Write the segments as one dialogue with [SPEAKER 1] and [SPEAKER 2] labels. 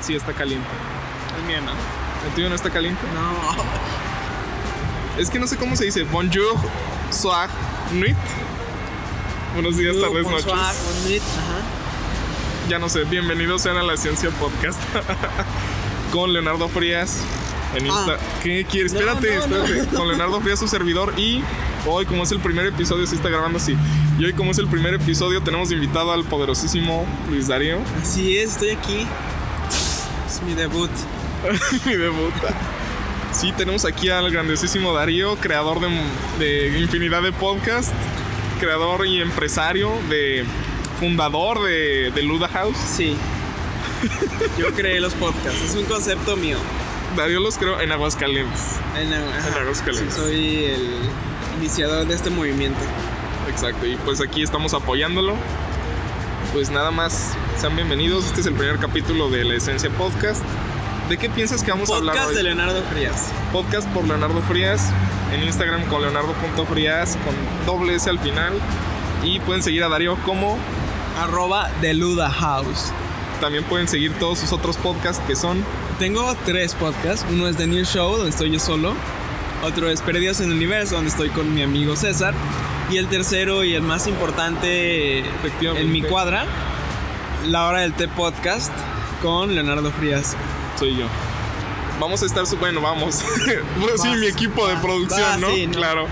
[SPEAKER 1] Sí, está caliente.
[SPEAKER 2] El mío no.
[SPEAKER 1] ¿El tuyo no está caliente?
[SPEAKER 2] No.
[SPEAKER 1] Es que no sé cómo se dice. Bonjour, soir, nuit. Buenos días, tardes,
[SPEAKER 2] Uh, Bonsoir,
[SPEAKER 1] noches.
[SPEAKER 2] bonit, ajá.
[SPEAKER 1] Ya no sé. Bienvenidos sean a la Ciencia Podcast. Con Leonardo Frías. En Insta. ¿Qué quieres?
[SPEAKER 2] Ah. No,
[SPEAKER 1] Espérate,
[SPEAKER 2] no, no.
[SPEAKER 1] espérate. Con Leonardo Frías, su servidor. Y hoy, como es el primer episodio, se está grabando así. Y hoy, como es el primer episodio, tenemos invitado al poderosísimo Luis Darío.
[SPEAKER 2] Así es, estoy aquí. Es mi debut.
[SPEAKER 1] Mi debuta. Sí, tenemos aquí al grandiosísimo Darío, creador de, de infinidad de podcasts, creador y empresario de fundador de, de Luda House.
[SPEAKER 2] Sí. Yo creé los podcasts. Es un concepto mío.
[SPEAKER 1] Darío los creó en Aguascalientes.
[SPEAKER 2] En, ajá.
[SPEAKER 1] En Aguascalientes.
[SPEAKER 2] Sí, soy el iniciador de este movimiento.
[SPEAKER 1] Exacto, y pues aquí estamos apoyándolo. Pues nada más, sean bienvenidos. Este es el primer capítulo de La Esencia Podcast. ¿De qué piensas que vamos a hablar
[SPEAKER 2] Podcast
[SPEAKER 1] hoy?
[SPEAKER 2] de Leonardo Frías.
[SPEAKER 1] podcast por Leonardo Frías, en Instagram con leonardo.frías con doble S al final y pueden seguir a Darío como
[SPEAKER 2] Arroba Deluda House.
[SPEAKER 1] también pueden seguir todos sus otros podcasts que son
[SPEAKER 2] Tengo tres podcasts. Uno es The New Show, donde estoy yo solo. Otro es Perdidos en el Universo, donde estoy con mi amigo César. Y el tercero y el más importante
[SPEAKER 1] Efectivamente.
[SPEAKER 2] en mi cuadra, La Hora del Té Podcast, con Leonardo Frías.
[SPEAKER 1] soy yo. Vamos a estar, su- bueno, vamos. Bueno, sí,
[SPEAKER 2] Vas,
[SPEAKER 1] mi equipo de
[SPEAKER 2] vas,
[SPEAKER 1] producción,
[SPEAKER 2] vas,
[SPEAKER 1] ¿no?
[SPEAKER 2] sí, ¿no?
[SPEAKER 1] Claro.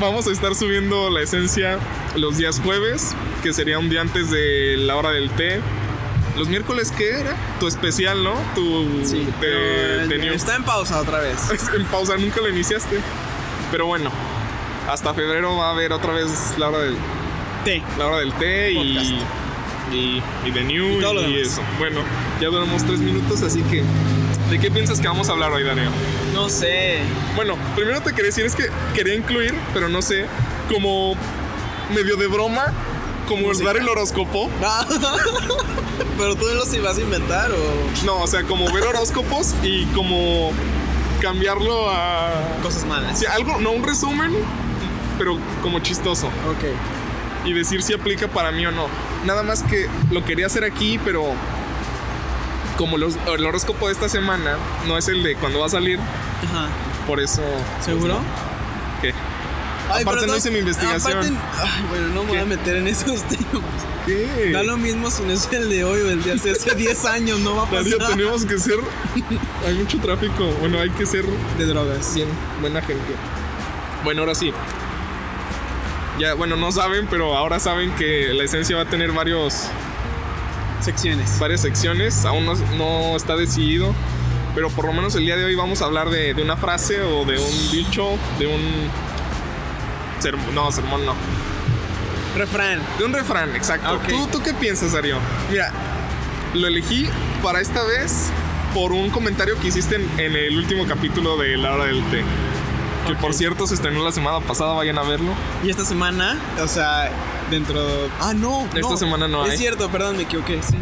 [SPEAKER 1] vamos a estar subiendo la esencia los días jueves, que sería un día antes de la hora del té. Los miércoles, ¿qué era? Tu especial, ¿no? Tu
[SPEAKER 2] Sí,
[SPEAKER 1] de-
[SPEAKER 2] pero,
[SPEAKER 1] de
[SPEAKER 2] eh,
[SPEAKER 1] news.
[SPEAKER 2] está en pausa otra vez.
[SPEAKER 1] en pausa, nunca lo iniciaste. Pero bueno, hasta febrero va a haber otra vez la hora del,
[SPEAKER 2] Té.
[SPEAKER 1] la hora del té y,
[SPEAKER 2] Podcast.
[SPEAKER 1] y, y de New
[SPEAKER 2] Y todo lo
[SPEAKER 1] y
[SPEAKER 2] demás.
[SPEAKER 1] eso. Bueno, ya duramos tres minutos, así que. ¿De qué piensas que vamos a hablar hoy, Darío?
[SPEAKER 2] No sé.
[SPEAKER 1] Bueno, primero te quería decir es que quería incluir, pero no sé, como medio de broma, como
[SPEAKER 2] Música.
[SPEAKER 1] dar el horóscopo.
[SPEAKER 2] pero tú los ibas a inventar o
[SPEAKER 1] No, o sea, como ver horóscopos y como cambiarlo a.
[SPEAKER 2] cosas malas.
[SPEAKER 1] Sí, algo, no un resumen, pero como chistoso.
[SPEAKER 2] Ok.
[SPEAKER 1] y decir si aplica para mí o no. Nada más que lo quería hacer aquí, pero como los- el horóscopo de esta semana no es el de cuando va a salir,
[SPEAKER 2] Ajá.
[SPEAKER 1] por eso
[SPEAKER 2] ¿Seguro?
[SPEAKER 1] que Aparte
[SPEAKER 2] pero
[SPEAKER 1] no hice mi investigación.
[SPEAKER 2] aparte- ay, bueno, no me voy
[SPEAKER 1] ¿Qué?
[SPEAKER 2] a meter en esos temas.
[SPEAKER 1] ¿Qué?
[SPEAKER 2] Da lo mismo si no es el de hoy o el de hace, hace 10 años, no va a
[SPEAKER 1] Darío,
[SPEAKER 2] pasar.
[SPEAKER 1] tenemos que ser hay mucho tráfico, bueno, hay que ser
[SPEAKER 2] De drogas.
[SPEAKER 1] bien buena gente. Bueno, ahora sí. Ya, bueno, no saben, pero ahora saben que la esencia va a tener varios
[SPEAKER 2] Secciones.
[SPEAKER 1] varias secciones, aún no, no está decidido, pero por lo menos el día de hoy vamos a hablar de, de una frase o de un dicho, de un... serm- no, sermón no.
[SPEAKER 2] Refrán.
[SPEAKER 1] De un refrán, exacto.
[SPEAKER 2] Ok.
[SPEAKER 1] ¿Tú, ¿Tú qué piensas, Darío? Mira, lo elegí para esta vez por un comentario que hiciste en, en el último capítulo de La Hora del Té. Que por
[SPEAKER 2] Ok.
[SPEAKER 1] cierto se estrenó la semana pasada, vayan a verlo.
[SPEAKER 2] Y esta semana, o sea, dentro. Ah, no.
[SPEAKER 1] Esta semana no hay.
[SPEAKER 2] Es cierto, perdón, me equivoqué, sí.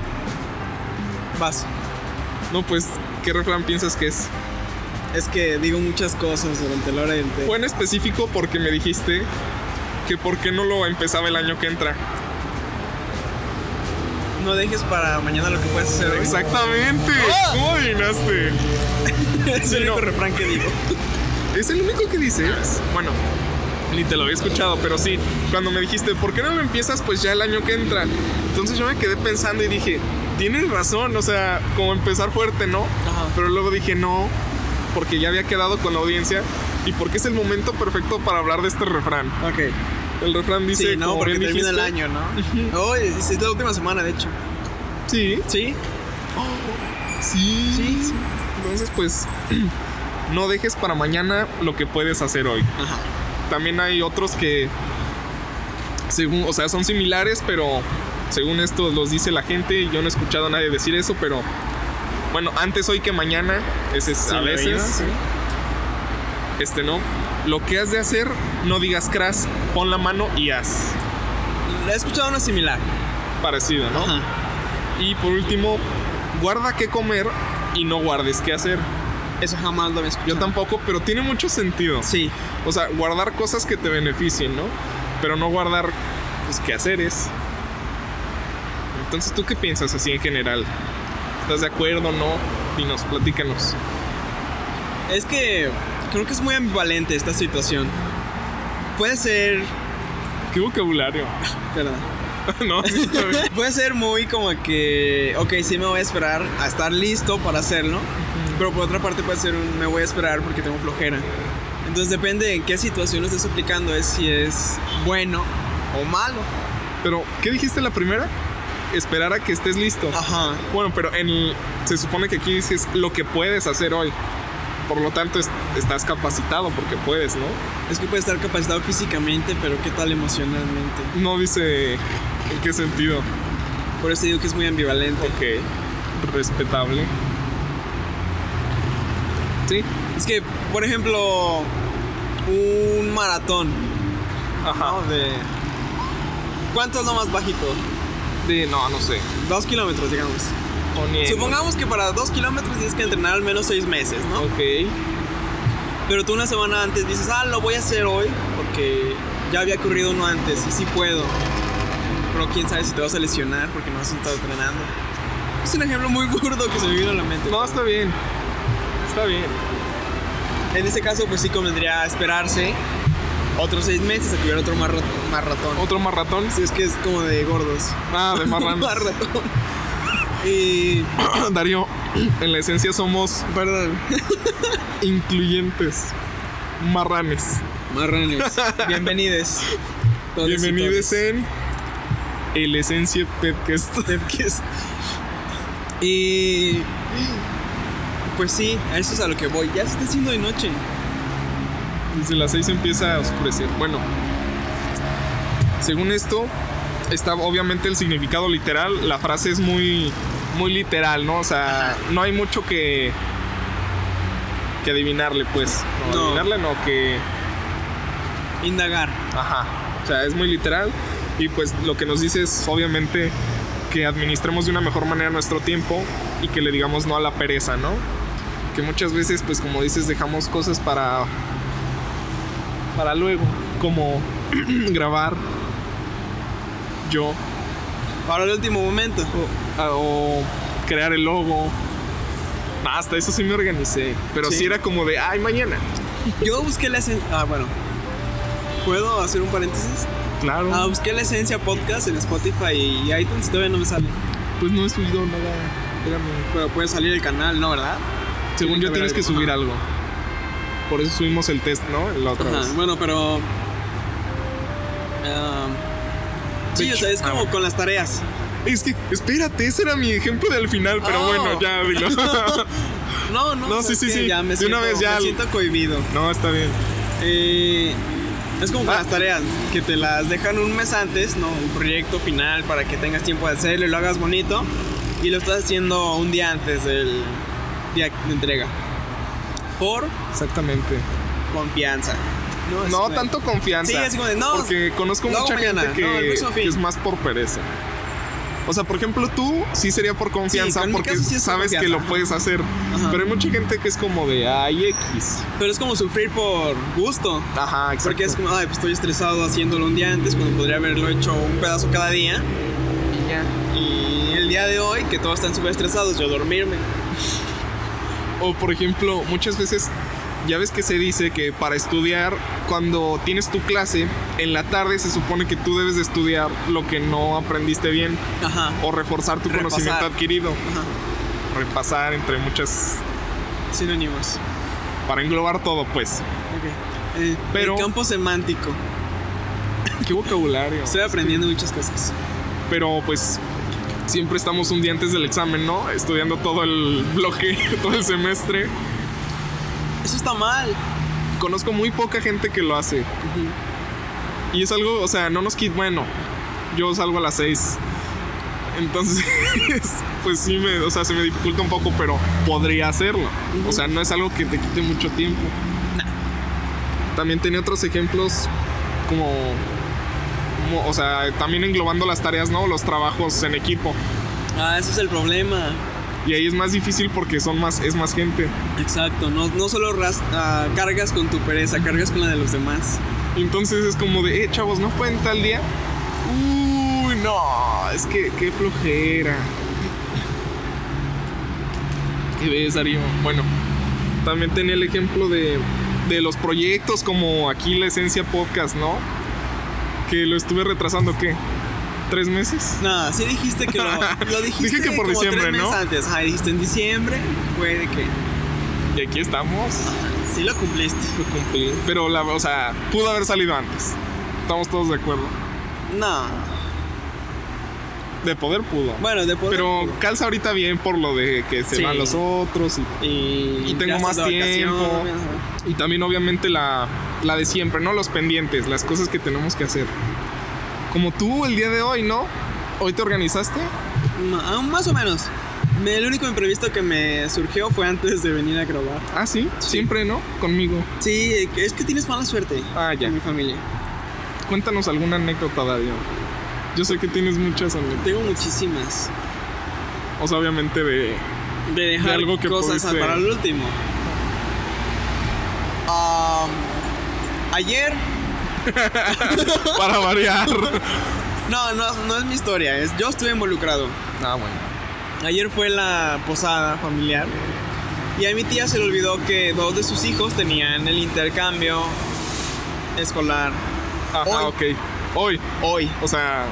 [SPEAKER 2] Vas.
[SPEAKER 1] No, pues, ¿qué refrán piensas que es?
[SPEAKER 2] Es que digo muchas cosas durante la hora del té.
[SPEAKER 1] Fue en específico porque me dijiste que por qué no lo empezaba el año que entra.
[SPEAKER 2] No dejes para mañana lo que puedes hacer. hoy.
[SPEAKER 1] Exactamente.
[SPEAKER 2] ¡Ah!
[SPEAKER 1] ¿Cómo adivinaste?
[SPEAKER 2] es el
[SPEAKER 1] Sí, no.
[SPEAKER 2] único refrán que digo.
[SPEAKER 1] Es el único que dices. Bueno, ni te lo había escuchado, pero sí. Cuando me dijiste, ¿por qué no lo empiezas? Pues ya el año que entra. Entonces yo me quedé pensando y dije, tienes razón. O sea, como empezar fuerte, ¿no?
[SPEAKER 2] Ajá.
[SPEAKER 1] Pero luego dije, no, porque ya había quedado con la audiencia. Y porque es el momento perfecto para hablar de este refrán.
[SPEAKER 2] Ok.
[SPEAKER 1] El refrán dice,
[SPEAKER 2] Sí, no,
[SPEAKER 1] como
[SPEAKER 2] porque
[SPEAKER 1] bien
[SPEAKER 2] termina el
[SPEAKER 1] dijiste-
[SPEAKER 2] año, ¿no? Hoy es, es la última semana, de hecho.
[SPEAKER 1] Sí,
[SPEAKER 2] Sí.
[SPEAKER 1] Sí.
[SPEAKER 2] Sí, sí.
[SPEAKER 1] Entonces, pues, no dejes para mañana lo que puedes hacer hoy.
[SPEAKER 2] Ajá.
[SPEAKER 1] También hay otros que, según, o sea, son similares, pero según esto los dice la gente. Yo no he escuchado a nadie decir eso, pero bueno, antes hoy que mañana, ese es
[SPEAKER 2] Sí,
[SPEAKER 1] a
[SPEAKER 2] lo
[SPEAKER 1] veces,
[SPEAKER 2] digo, sí.
[SPEAKER 1] este no. Lo que has de hacer, no digas crash, pon la mano y haz.
[SPEAKER 2] He escuchado una similar.
[SPEAKER 1] Parecido, ¿no?
[SPEAKER 2] Ajá.
[SPEAKER 1] Y por último, guarda qué comer y no guardes qué hacer.
[SPEAKER 2] Eso jamás lo había
[SPEAKER 1] Yo
[SPEAKER 2] escuchado.
[SPEAKER 1] tampoco, pero tiene mucho sentido.
[SPEAKER 2] Sí.
[SPEAKER 1] O sea, guardar cosas que te beneficien, ¿no? Pero no guardar, pues, quehaceres. Entonces, ¿tú qué piensas así en general? ¿Estás de acuerdo? No. Dinos, platícanos.
[SPEAKER 2] Es que creo que es muy ambivalente esta situación. Puede ser.
[SPEAKER 1] ¿Qué vocabulario?
[SPEAKER 2] Perdón.
[SPEAKER 1] no, sí, está bien.
[SPEAKER 2] Puede ser muy como que. Ok, sí me voy a esperar a estar listo para hacerlo. Pero por otra parte puede ser un me voy a esperar porque tengo flojera. Entonces depende de en qué situación lo estés aplicando, es si es bueno o malo.
[SPEAKER 1] Pero, ¿qué dijiste la primera? Esperar a que estés listo.
[SPEAKER 2] Ajá.
[SPEAKER 1] Bueno, pero en el- se supone que aquí dices lo que puedes hacer hoy. Por lo tanto, es- estás capacitado porque puedes, ¿no?
[SPEAKER 2] Es que puede estar capacitado físicamente, pero qué tal emocionalmente.
[SPEAKER 1] No dice en qué sentido.
[SPEAKER 2] Por eso digo que es muy ambivalente.
[SPEAKER 1] Ok. Respetable. Sí.
[SPEAKER 2] Es que, por ejemplo, un maratón,
[SPEAKER 1] Ajá.
[SPEAKER 2] ¿no? De... ¿Cuánto es lo más bajito?
[SPEAKER 1] De, no, no sé.
[SPEAKER 2] Dos kilómetros, digamos.
[SPEAKER 1] O ni en-
[SPEAKER 2] Supongamos que para dos kilómetros tienes que entrenar al menos seis meses, ¿no?
[SPEAKER 1] Ok.
[SPEAKER 2] Pero tú una semana antes dices, ah, lo voy a hacer hoy porque ya había corrido uno antes y sí puedo. Pero quién sabe si te vas a lesionar porque no has estado entrenando. Es un ejemplo muy burdo que se me vino a la mente.
[SPEAKER 1] No, está bien. Está bien.
[SPEAKER 2] En ese caso, pues sí convendría esperarse otros seis meses a que hubiera otro marra- marratón.
[SPEAKER 1] Otro marratón.
[SPEAKER 2] Si es que es como de gordos.
[SPEAKER 1] Ah, de marrón.
[SPEAKER 2] marratón. y.
[SPEAKER 1] Darío, en la esencia somos
[SPEAKER 2] Perdón.
[SPEAKER 1] incluyentes. Marranes.
[SPEAKER 2] Marranes. Bienvenides. Todos y
[SPEAKER 1] Bienvenidos
[SPEAKER 2] todas.
[SPEAKER 1] en El Esencia Podcast.
[SPEAKER 2] Podcast. Y. Pues sí, a eso es a lo que voy. Ya se está haciendo de noche.
[SPEAKER 1] Desde las 6 empieza a oscurecer. Bueno, según esto, está obviamente el significado literal. La frase es muy, muy literal, ¿no? O sea, no hay mucho que, que adivinarle, pues. No,
[SPEAKER 2] No.
[SPEAKER 1] adivinarle, no, que.
[SPEAKER 2] Indagar.
[SPEAKER 1] Ajá. O sea, es muy literal. Y pues lo que nos dice es, obviamente, que administremos de una mejor manera nuestro tiempo y que le digamos no a la pereza, ¿no? Que muchas veces, pues como dices, dejamos cosas para. para luego. Como grabar. Yo.
[SPEAKER 2] Para el último momento.
[SPEAKER 1] a- O crear el logo. Ah, Hasta eso sí me organicé. Pero
[SPEAKER 2] Sí.
[SPEAKER 1] sí era como de, ay, mañana.
[SPEAKER 2] Yo busqué la esencia. Ah, bueno. ¿Puedo hacer un paréntesis?
[SPEAKER 1] Claro.
[SPEAKER 2] Ah, busqué la esencia podcast en Spotify y iTunes y todavía no me sale.
[SPEAKER 1] pues no he subido nada. Espérame.
[SPEAKER 2] Pero puede salir el canal, ¿no, verdad?
[SPEAKER 1] Según
[SPEAKER 2] Tiene
[SPEAKER 1] yo
[SPEAKER 2] que
[SPEAKER 1] tienes
[SPEAKER 2] haber
[SPEAKER 1] que
[SPEAKER 2] algo.
[SPEAKER 1] subir
[SPEAKER 2] Ajá.
[SPEAKER 1] algo. Por eso subimos el test, ¿no? La otra
[SPEAKER 2] Ajá,
[SPEAKER 1] vez.
[SPEAKER 2] Bueno, pero. ah, sí,
[SPEAKER 1] De
[SPEAKER 2] o sea, es
[SPEAKER 1] hecho-
[SPEAKER 2] como con las tareas.
[SPEAKER 1] Es que, espérate, ese era mi ejemplo del final, pero
[SPEAKER 2] Oh.
[SPEAKER 1] bueno, ya dilo.
[SPEAKER 2] No, no,
[SPEAKER 1] No,
[SPEAKER 2] o sea,
[SPEAKER 1] sí,
[SPEAKER 2] es
[SPEAKER 1] sí,
[SPEAKER 2] que
[SPEAKER 1] sí.
[SPEAKER 2] Ya me
[SPEAKER 1] De una
[SPEAKER 2] siento,
[SPEAKER 1] vez ya
[SPEAKER 2] me
[SPEAKER 1] al-
[SPEAKER 2] siento cohibido.
[SPEAKER 1] no, está bien.
[SPEAKER 2] Eh, es como con
[SPEAKER 1] Ah.
[SPEAKER 2] las tareas, que te las dejan un mes antes, ¿no? Un proyecto final para que tengas tiempo de hacerlo y lo hagas bonito. Y lo estás haciendo un día antes del día de entrega. Por
[SPEAKER 1] Exactamente.
[SPEAKER 2] confianza. es
[SPEAKER 1] No
[SPEAKER 2] como-
[SPEAKER 1] tanto confianza.
[SPEAKER 2] Pues Sí, es como de, no,
[SPEAKER 1] Porque conozco
[SPEAKER 2] luego
[SPEAKER 1] mucha
[SPEAKER 2] mañana,
[SPEAKER 1] gente
[SPEAKER 2] no, el
[SPEAKER 1] que,
[SPEAKER 2] próximo fin.
[SPEAKER 1] que es más por pereza. O sea, por ejemplo, tú sí sería por confianza
[SPEAKER 2] con mi
[SPEAKER 1] porque
[SPEAKER 2] caso sí es por
[SPEAKER 1] sabes que
[SPEAKER 2] confianza.
[SPEAKER 1] lo puedes hacer.
[SPEAKER 2] Ajá.
[SPEAKER 1] Pero hay mucha gente que es como de, ay, X.
[SPEAKER 2] Pero es como sufrir por gusto.
[SPEAKER 1] Ajá, exacto.
[SPEAKER 2] Porque es como, ay, pues estoy estresado haciéndolo un día antes cuando podría haberlo hecho un pedazo cada día. Y el día de hoy, que todos están súper estresados, yo dormirme.
[SPEAKER 1] O por ejemplo, muchas veces ya ves que se dice que para estudiar, cuando tienes tu clase, en la tarde se supone que tú debes de estudiar lo que no aprendiste bien
[SPEAKER 2] Ajá.
[SPEAKER 1] o reforzar tu
[SPEAKER 2] Repasar.
[SPEAKER 1] conocimiento adquirido.
[SPEAKER 2] Ajá.
[SPEAKER 1] Repasar entre muchas...
[SPEAKER 2] Sinónimos.
[SPEAKER 1] para englobar todo, pues.
[SPEAKER 2] Eh,
[SPEAKER 1] Pero-
[SPEAKER 2] El campo semántico.
[SPEAKER 1] Qué vocabulario.
[SPEAKER 2] Estoy aprendiendo muchas cosas.
[SPEAKER 1] Pero pues siempre estamos un día antes del examen, ¿no? Estudiando todo el bloque, todo el semestre.
[SPEAKER 2] Eso está mal.
[SPEAKER 1] Conozco muy poca gente que lo hace. Y es algo, o sea, no nos quita. Bueno, yo salgo a las 6. Entonces, pues sí, me, o sea, se me dificulta un poco, pero podría hacerlo. O sea, no es algo que te quite mucho tiempo. También tenía otros ejemplos como, como, o sea, también englobando las tareas, ¿no? Los trabajos en equipo.
[SPEAKER 2] Ah, ese es el problema.
[SPEAKER 1] Y ahí es más difícil porque son más, es más gente.
[SPEAKER 2] Exacto. No, no solo ras- ah, cargas con tu pereza, cargas con la de los demás.
[SPEAKER 1] Entonces es como de, eh, chavos, ¿no pueden tal día? Uy, no, es que qué flojera. que ves, Darío. Bueno, también tenía el ejemplo de, de los proyectos como aquí la esencia podcast, ¿no? Que lo estuve retrasando, ¿qué? ¿Tres meses?
[SPEAKER 2] No, sí dijiste que lo, lo dijiste
[SPEAKER 1] Dije que por
[SPEAKER 2] como tres
[SPEAKER 1] diciembre,
[SPEAKER 2] meses
[SPEAKER 1] ¿no?
[SPEAKER 2] antes. Ajá, dijiste en diciembre, fue de que
[SPEAKER 1] Y aquí estamos.
[SPEAKER 2] sí lo cumpliste.
[SPEAKER 1] Lo cumplí. Pero, la, o sea, pudo haber salido antes. Estamos todos de acuerdo.
[SPEAKER 2] No,
[SPEAKER 1] De poder pudo.
[SPEAKER 2] bueno, después
[SPEAKER 1] pero calza ahorita bien por lo de que se
[SPEAKER 2] Sí.
[SPEAKER 1] van los otros y,
[SPEAKER 2] y,
[SPEAKER 1] y tengo
[SPEAKER 2] ya
[SPEAKER 1] más
[SPEAKER 2] estás de
[SPEAKER 1] tiempo.
[SPEAKER 2] vacaciones, ajá.
[SPEAKER 1] y también obviamente la, la de siempre, ¿no? Los pendientes, las cosas que tenemos que hacer. Como tú el día de hoy, ¿no? Hoy te organizaste.
[SPEAKER 2] Ma- aún más o menos. Me- el único imprevisto que me surgió fue antes de venir a grabar.
[SPEAKER 1] Ah, sí,
[SPEAKER 2] Sí.
[SPEAKER 1] siempre, ¿no? Conmigo.
[SPEAKER 2] Sí, es que tienes mala suerte
[SPEAKER 1] Ah, ya.
[SPEAKER 2] en mi familia.
[SPEAKER 1] Cuéntanos alguna anécdota, Dario. Yo sé que tienes muchas anécdotas.
[SPEAKER 2] Tengo muchísimas.
[SPEAKER 1] O sea, obviamente de...
[SPEAKER 2] De dejar
[SPEAKER 1] De algo que
[SPEAKER 2] cosas
[SPEAKER 1] pudiste-
[SPEAKER 2] para el último. Ah, ayer
[SPEAKER 1] Para variar.
[SPEAKER 2] No, no, no es mi historia, es, yo estuve involucrado.
[SPEAKER 1] ah, bueno.
[SPEAKER 2] Ayer fue la posada familiar y a mi tía se le olvidó que dos de sus hijos tenían el intercambio escolar
[SPEAKER 1] Ajá,
[SPEAKER 2] Hoy.
[SPEAKER 1] ok. Hoy.
[SPEAKER 2] hoy.
[SPEAKER 1] O sea,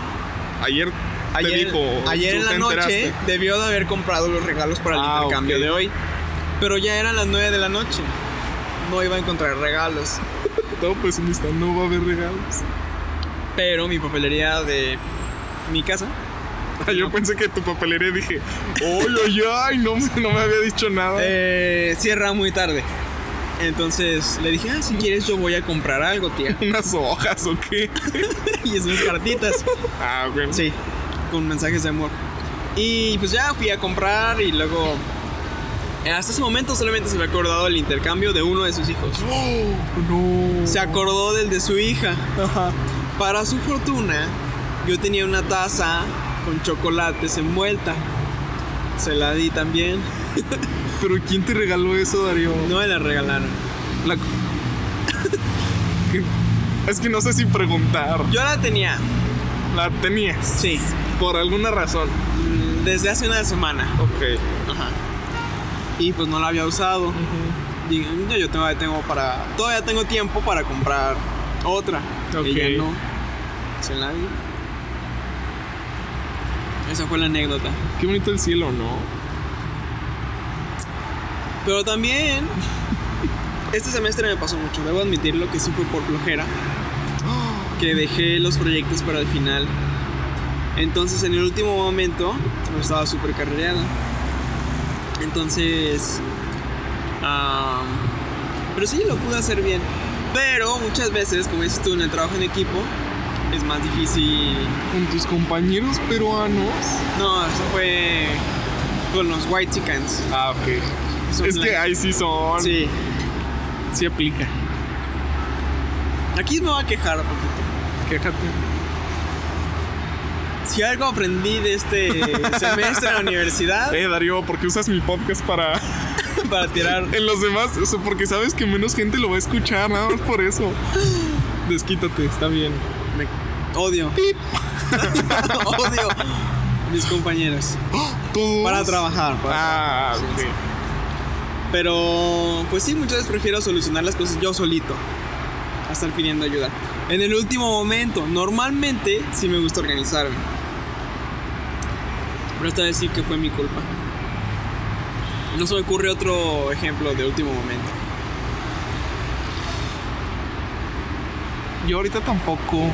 [SPEAKER 1] ayer, te
[SPEAKER 2] Ayer,
[SPEAKER 1] dijo.
[SPEAKER 2] ayer
[SPEAKER 1] tú
[SPEAKER 2] en la
[SPEAKER 1] te
[SPEAKER 2] noche
[SPEAKER 1] enteraste.
[SPEAKER 2] debió de haber comprado los regalos para el
[SPEAKER 1] Ah,
[SPEAKER 2] intercambio
[SPEAKER 1] ok.
[SPEAKER 2] de hoy, pero ya eran las 9 de la noche. No iba a encontrar regalos,
[SPEAKER 1] No, pues en esta no va a haber regalos.
[SPEAKER 2] pero mi papelería de mi casa
[SPEAKER 1] Ah, Yo pensé que tu papelería dije, ¡ay, ay, ay! No, me- no me había dicho nada.
[SPEAKER 2] eh, cierra muy tarde. Entonces le dije, ah, si quieres yo voy a comprar algo, tía.
[SPEAKER 1] ¿Unas hojas o qué?
[SPEAKER 2] y son cartitas.
[SPEAKER 1] Ah, güey.
[SPEAKER 2] Sí, con mensajes de amor. Y pues ya fui a comprar y luego... Hasta ese momento solamente se me ha acordado el intercambio de uno de sus hijos.
[SPEAKER 1] Oh, no.
[SPEAKER 2] Se acordó del de su hija.
[SPEAKER 1] Ajá.
[SPEAKER 2] Para su fortuna, yo tenía una taza con chocolates envuelta. Se la di también.
[SPEAKER 1] Pero ¿quién te regaló eso, Darío?
[SPEAKER 2] No me la regalaron.
[SPEAKER 1] La- ¿Qué? Es que no sé si preguntar.
[SPEAKER 2] Yo la tenía,
[SPEAKER 1] La tenías.
[SPEAKER 2] sí,
[SPEAKER 1] Por alguna razón.
[SPEAKER 2] mm, desde hace una semana.
[SPEAKER 1] Ok.
[SPEAKER 2] Ajá. Y pues no la había usado. Digo, "No, yo tengo, tengo para. Todavía tengo tiempo para comprar otra.
[SPEAKER 1] Ok.
[SPEAKER 2] Que ya no. Se la di. Esa fue la anécdota.
[SPEAKER 1] Qué bonito el cielo, ¿no?
[SPEAKER 2] Pero también. Este semestre me pasó mucho. Debo admitirlo que sí fue por flojera. Que dejé los proyectos para el final. Entonces, en el último momento, yo estaba súper carrereado. Entonces. ah, pero sí, lo pude hacer bien. Pero muchas veces, como dices tú, en el trabajo en equipo, es más difícil.
[SPEAKER 1] Con tus compañeros peruanos.
[SPEAKER 2] No, eso fue con los White Chickens.
[SPEAKER 1] Ah, ok. Es que ahí sí son.
[SPEAKER 2] Sí.
[SPEAKER 1] sí aplica.
[SPEAKER 2] Aquí me voy a quejar un poquito.
[SPEAKER 1] Quéjate.
[SPEAKER 2] Si algo aprendí de este semestre en la universidad
[SPEAKER 1] Eh, Darío, ¿por qué usas mi podcast para.
[SPEAKER 2] para tirar.
[SPEAKER 1] en los demás? O sea, porque sabes que menos gente lo va a escuchar, nada más por eso. Desquítate, está bien.
[SPEAKER 2] Me odio.
[SPEAKER 1] Pip.
[SPEAKER 2] odio mis compañeros.
[SPEAKER 1] Todos-
[SPEAKER 2] Para trabajar. para-
[SPEAKER 1] Ah, ok.
[SPEAKER 2] Pero pues sí, muchas veces prefiero solucionar las cosas yo solito. A estar pidiendo ayuda. En el último momento. Normalmente sí me gusta organizarme. Pero esta vez sí que fue mi culpa. No se me ocurre otro ejemplo de último momento.
[SPEAKER 1] Yo ahorita tampoco.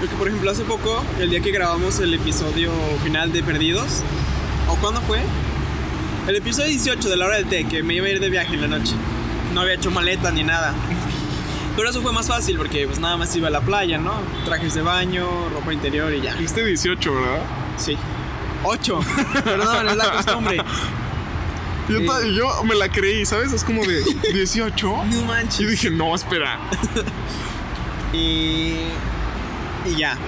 [SPEAKER 2] Porque, por ejemplo, hace poco, el día que grabamos el episodio final de Perdidos, ¿o cuándo fue? El episodio 18 de la hora del té, que me iba a ir de viaje en la noche. No había hecho maleta ni nada. Pero eso fue más fácil porque pues nada más iba a la playa, ¿no? Trajes de baño, ropa interior y ya.
[SPEAKER 1] Dijiste 18, ¿verdad?
[SPEAKER 2] Sí. 8. Perdón, es la costumbre.
[SPEAKER 1] Yo,
[SPEAKER 2] Sí.
[SPEAKER 1] ta- yo me la creí, ¿sabes? Es como de 18.
[SPEAKER 2] No
[SPEAKER 1] Y
[SPEAKER 2] manches.
[SPEAKER 1] dije, no, espera.
[SPEAKER 2] Y... Y ya.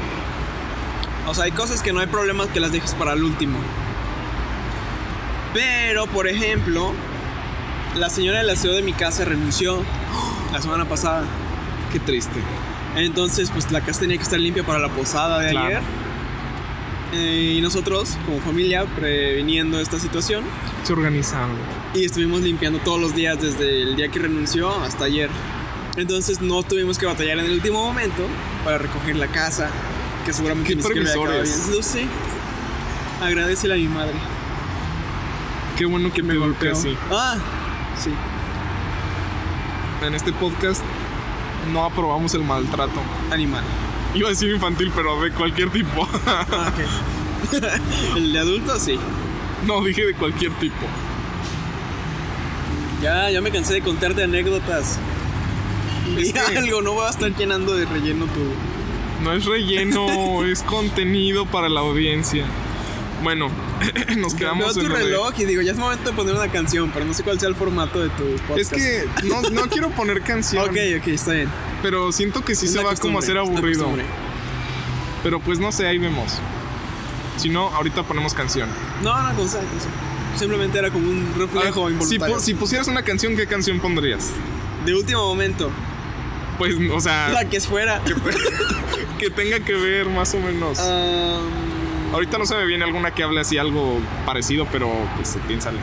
[SPEAKER 2] O sea, hay cosas que no hay problema que las dejes para el último. Pero, por ejemplo, la señora de la ciudad de mi casa renunció la semana pasada.
[SPEAKER 1] Qué triste.
[SPEAKER 2] Entonces, pues la casa tenía que estar limpia para la posada de
[SPEAKER 1] Claro.
[SPEAKER 2] ayer. Eh, y nosotros, como familia, previniendo esta situación,
[SPEAKER 1] Se organizaron.
[SPEAKER 2] y estuvimos limpiando todos los días desde el día que renunció hasta ayer. Entonces no tuvimos que batallar en el último momento para recoger la casa, que seguramente
[SPEAKER 1] Qué
[SPEAKER 2] ni siquiera había acabado
[SPEAKER 1] previsores.
[SPEAKER 2] bien. Lo sé. Agradecele a mi madre
[SPEAKER 1] Qué bueno que me golpeó. así.
[SPEAKER 2] Ah, sí.
[SPEAKER 1] En este podcast no aprobamos el maltrato.
[SPEAKER 2] Animal.
[SPEAKER 1] Iba a decir infantil, pero de cualquier tipo.
[SPEAKER 2] Ah, ok. el de adulto, sí.
[SPEAKER 1] no, dije de cualquier tipo.
[SPEAKER 2] Ya, ya me cansé de contarte anécdotas.
[SPEAKER 1] Es
[SPEAKER 2] Di
[SPEAKER 1] que-
[SPEAKER 2] algo, no voy a estar llenando de relleno tu.
[SPEAKER 1] No es relleno, es contenido para la audiencia. Bueno, nos
[SPEAKER 2] Veo
[SPEAKER 1] quedamos
[SPEAKER 2] tu
[SPEAKER 1] en lo de-
[SPEAKER 2] reloj y digo, ya es momento de poner una canción, pero no sé cuál sea el formato de tu
[SPEAKER 1] Es
[SPEAKER 2] podcast.
[SPEAKER 1] que no, no quiero poner canción,
[SPEAKER 2] Ok, ok, está bien.
[SPEAKER 1] pero siento que sí
[SPEAKER 2] Es
[SPEAKER 1] se
[SPEAKER 2] la
[SPEAKER 1] va como a
[SPEAKER 2] costumbre,
[SPEAKER 1] ser
[SPEAKER 2] es la
[SPEAKER 1] aburrido.
[SPEAKER 2] costumbre.
[SPEAKER 1] Pero pues no sé, ahí vemos. Si no, ahorita ponemos canción.
[SPEAKER 2] No, no, Gonzalo. Simplemente era como un reflejo
[SPEAKER 1] Ah, si,
[SPEAKER 2] involuntario.
[SPEAKER 1] pu- si pusieras una canción, ¿qué canción pondrías?
[SPEAKER 2] De último momento.
[SPEAKER 1] Pues, o sea,
[SPEAKER 2] La que fuera.
[SPEAKER 1] que tenga que ver más o menos.
[SPEAKER 2] Ah. Um,
[SPEAKER 1] Ahorita no se me viene alguna que hable así algo parecido, pero pues piénsale.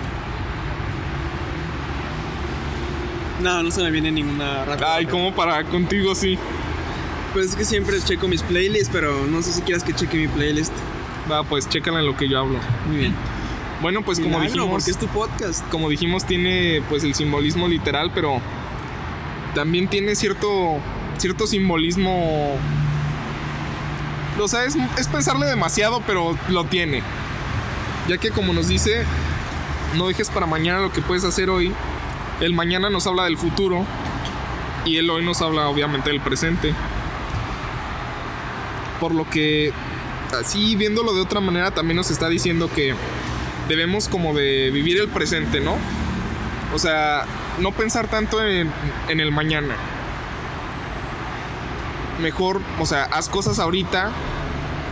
[SPEAKER 2] no, no se me viene ninguna rápida.
[SPEAKER 1] Ay, como para contigo sí. Ah.
[SPEAKER 2] Pues es que siempre checo mis playlists, pero no sé si quieras que cheque mi playlist.
[SPEAKER 1] Va, pues chécala en lo que yo hablo.
[SPEAKER 2] Muy bien.
[SPEAKER 1] Bueno, pues como
[SPEAKER 2] Milagro,
[SPEAKER 1] dijimos,
[SPEAKER 2] porque es tu podcast.
[SPEAKER 1] como dijimos tiene pues el simbolismo literal, pero también tiene cierto cierto simbolismo o sea, es, es pensarle demasiado, pero lo tiene. Ya que como nos dice, no dejes para mañana lo que puedes hacer hoy. El mañana nos habla del futuro y el hoy nos habla obviamente del presente. Por lo que así viéndolo de otra manera también nos está diciendo que debemos como de vivir el presente, ¿no? O sea, no pensar tanto en, en el mañana. Mejor, o sea, haz cosas ahorita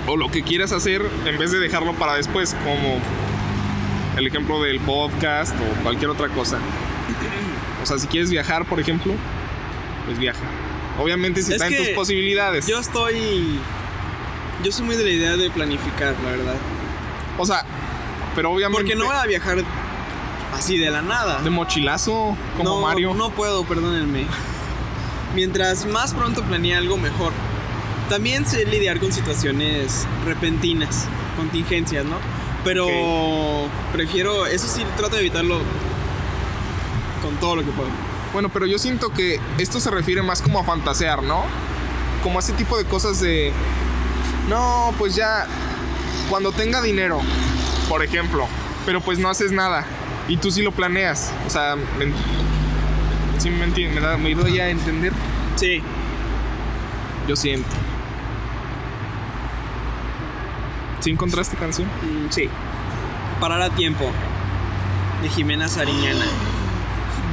[SPEAKER 1] o lo que quieras hacer en vez de dejarlo para después, como el ejemplo del podcast o cualquier otra cosa. O sea, si quieres viajar, por ejemplo, pues viaja. Obviamente si
[SPEAKER 2] Es
[SPEAKER 1] está en
[SPEAKER 2] que
[SPEAKER 1] tus posibilidades.
[SPEAKER 2] Yo estoy. Yo soy muy de la idea de planificar, la verdad.
[SPEAKER 1] O sea, pero obviamente
[SPEAKER 2] Porque no voy a viajar así de la nada.
[SPEAKER 1] de mochilazo como
[SPEAKER 2] no,
[SPEAKER 1] Mario.
[SPEAKER 2] No puedo, perdónenme. Mientras más pronto planee algo, mejor. También sé lidiar con situaciones repentinas, contingencias, ¿no? Pero prefiero, eso sí, trato de evitarlo con todo lo que puedo.
[SPEAKER 1] Bueno, pero yo siento que esto se refiere más como a fantasear, ¿no? Como a ese tipo de cosas de... No, pues ya... Cuando tenga dinero, por ejemplo. Pero pues no haces nada. Y tú sí lo planeas. O sea... me- sí me enti- me, da- me doy a entender.
[SPEAKER 2] Sí,
[SPEAKER 1] Yo siento. ¿Sí encontraste canción?
[SPEAKER 2] mm, sí. Parar a tiempo. De Jimena Sariñana.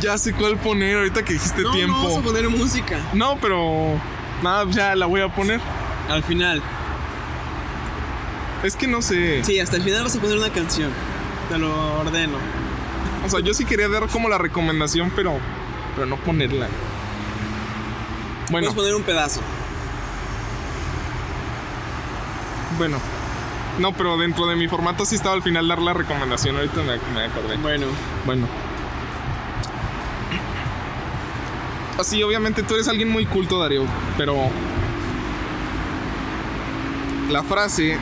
[SPEAKER 1] Ya sé cuál poner ahorita que dijiste
[SPEAKER 2] no, No, vamos a poner música.
[SPEAKER 1] No, pero... Nada, ya la voy a poner.
[SPEAKER 2] Al final.
[SPEAKER 1] Es que no sé.
[SPEAKER 2] Sí, hasta el final vas a poner una canción. Te lo ordeno.
[SPEAKER 1] O sea, yo sí quería dar como la recomendación, pero, pero no ponerla. Bueno,
[SPEAKER 2] Puedes poner un pedazo. pues-
[SPEAKER 1] bueno. No, pero dentro de mi formato sí estaba al final dar la recomendación. Ahorita me, me acordé.
[SPEAKER 2] Bueno.
[SPEAKER 1] Bueno. Así, Ah, obviamente tú eres alguien muy culto, Darío, pero. La frase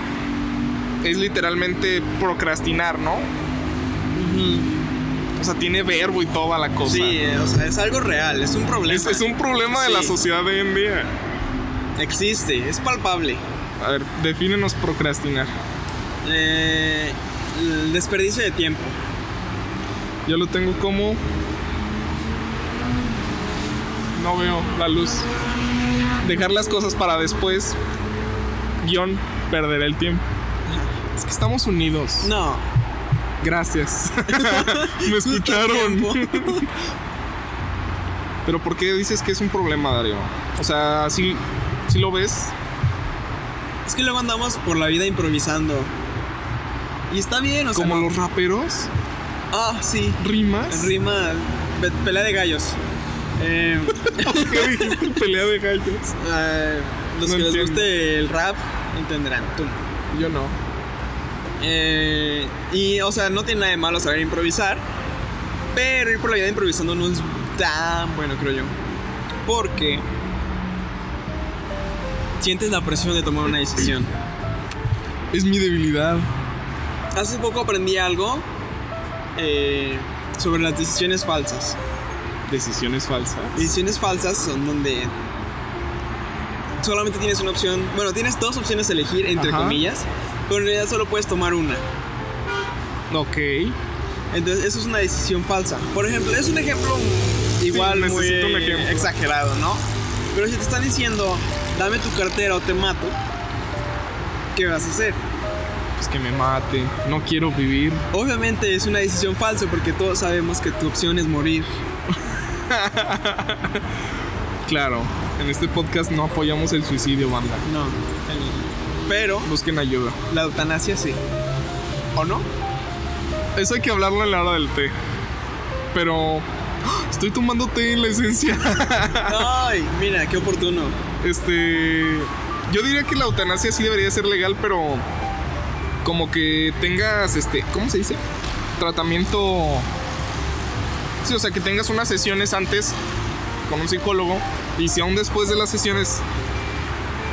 [SPEAKER 1] es literalmente procrastinar, ¿no? O sea, tiene verbo y toda la cosa.
[SPEAKER 2] Sí, eh, o sea, es algo real, es un problema.
[SPEAKER 1] Es, es un problema de la
[SPEAKER 2] Sí.
[SPEAKER 1] sociedad de hoy en día.
[SPEAKER 2] Existe, es palpable.
[SPEAKER 1] A ver, defínenos procrastinar.
[SPEAKER 2] Eh, el desperdicio de tiempo.
[SPEAKER 1] Yo lo tengo como. No veo la luz. Dejar las cosas para después. Guión, perder el tiempo. Es que estamos unidos.
[SPEAKER 2] No.
[SPEAKER 1] Gracias. Me escucharon.
[SPEAKER 2] Justo a tiempo.
[SPEAKER 1] Pero ¿por qué dices que es un problema, Darío? O sea, si, si lo ves,
[SPEAKER 2] Es que luego andamos por la vida improvisando. Y está bien, o sea.
[SPEAKER 1] como
[SPEAKER 2] no-
[SPEAKER 1] los raperos,
[SPEAKER 2] Ah, sí.
[SPEAKER 1] rimas.
[SPEAKER 2] Rima. pe- Pelea de gallos. Eh,
[SPEAKER 1] ¿Qué dijiste? Pelea de gallos.
[SPEAKER 2] eh, los
[SPEAKER 1] No
[SPEAKER 2] que les
[SPEAKER 1] entiendo.
[SPEAKER 2] guste el rap entenderán. Tú.
[SPEAKER 1] Yo no.
[SPEAKER 2] Eh, y, o sea, no tiene nada de malo saber improvisar. Pero ir por la vida improvisando no es tan bueno, creo yo. Porque sientes la presión de tomar una decisión.
[SPEAKER 1] Es mi debilidad.
[SPEAKER 2] Hace poco aprendí algo eh, sobre las decisiones falsas.
[SPEAKER 1] Decisiones falsas.
[SPEAKER 2] Decisiones falsas son donde solamente tienes una opción, bueno, tienes dos opciones a elegir, entre
[SPEAKER 1] Ajá.
[SPEAKER 2] comillas, pero en realidad solo puedes tomar una.
[SPEAKER 1] Ok.
[SPEAKER 2] Entonces, eso es una decisión falsa. Por ejemplo, es un ejemplo igual muy
[SPEAKER 1] necesito un ejemplo.
[SPEAKER 2] exagerado, ¿no? Pero si te están diciendo, dame tu cartera o te mato, ¿qué vas a hacer?
[SPEAKER 1] Pues que me mate. No quiero vivir.
[SPEAKER 2] Obviamente es una decisión falsa porque todos sabemos que tu opción es morir.
[SPEAKER 1] Claro. En este podcast no apoyamos el suicidio, banda.
[SPEAKER 2] No. Pero
[SPEAKER 1] Busquen ayuda.
[SPEAKER 2] la eutanasia sí.
[SPEAKER 1] ¿O no? Eso hay que hablarlo en la hora del té. Pero. ¡Ah! Estoy tomando té en la esencia.
[SPEAKER 2] Ay, mira, qué oportuno.
[SPEAKER 1] Este. Yo diría que la eutanasia sí debería ser legal, pero. Como que tengas este. ¿Cómo se dice? Tratamiento. Sí, o sea, que tengas unas sesiones antes con un psicólogo. Y si aún después de las sesiones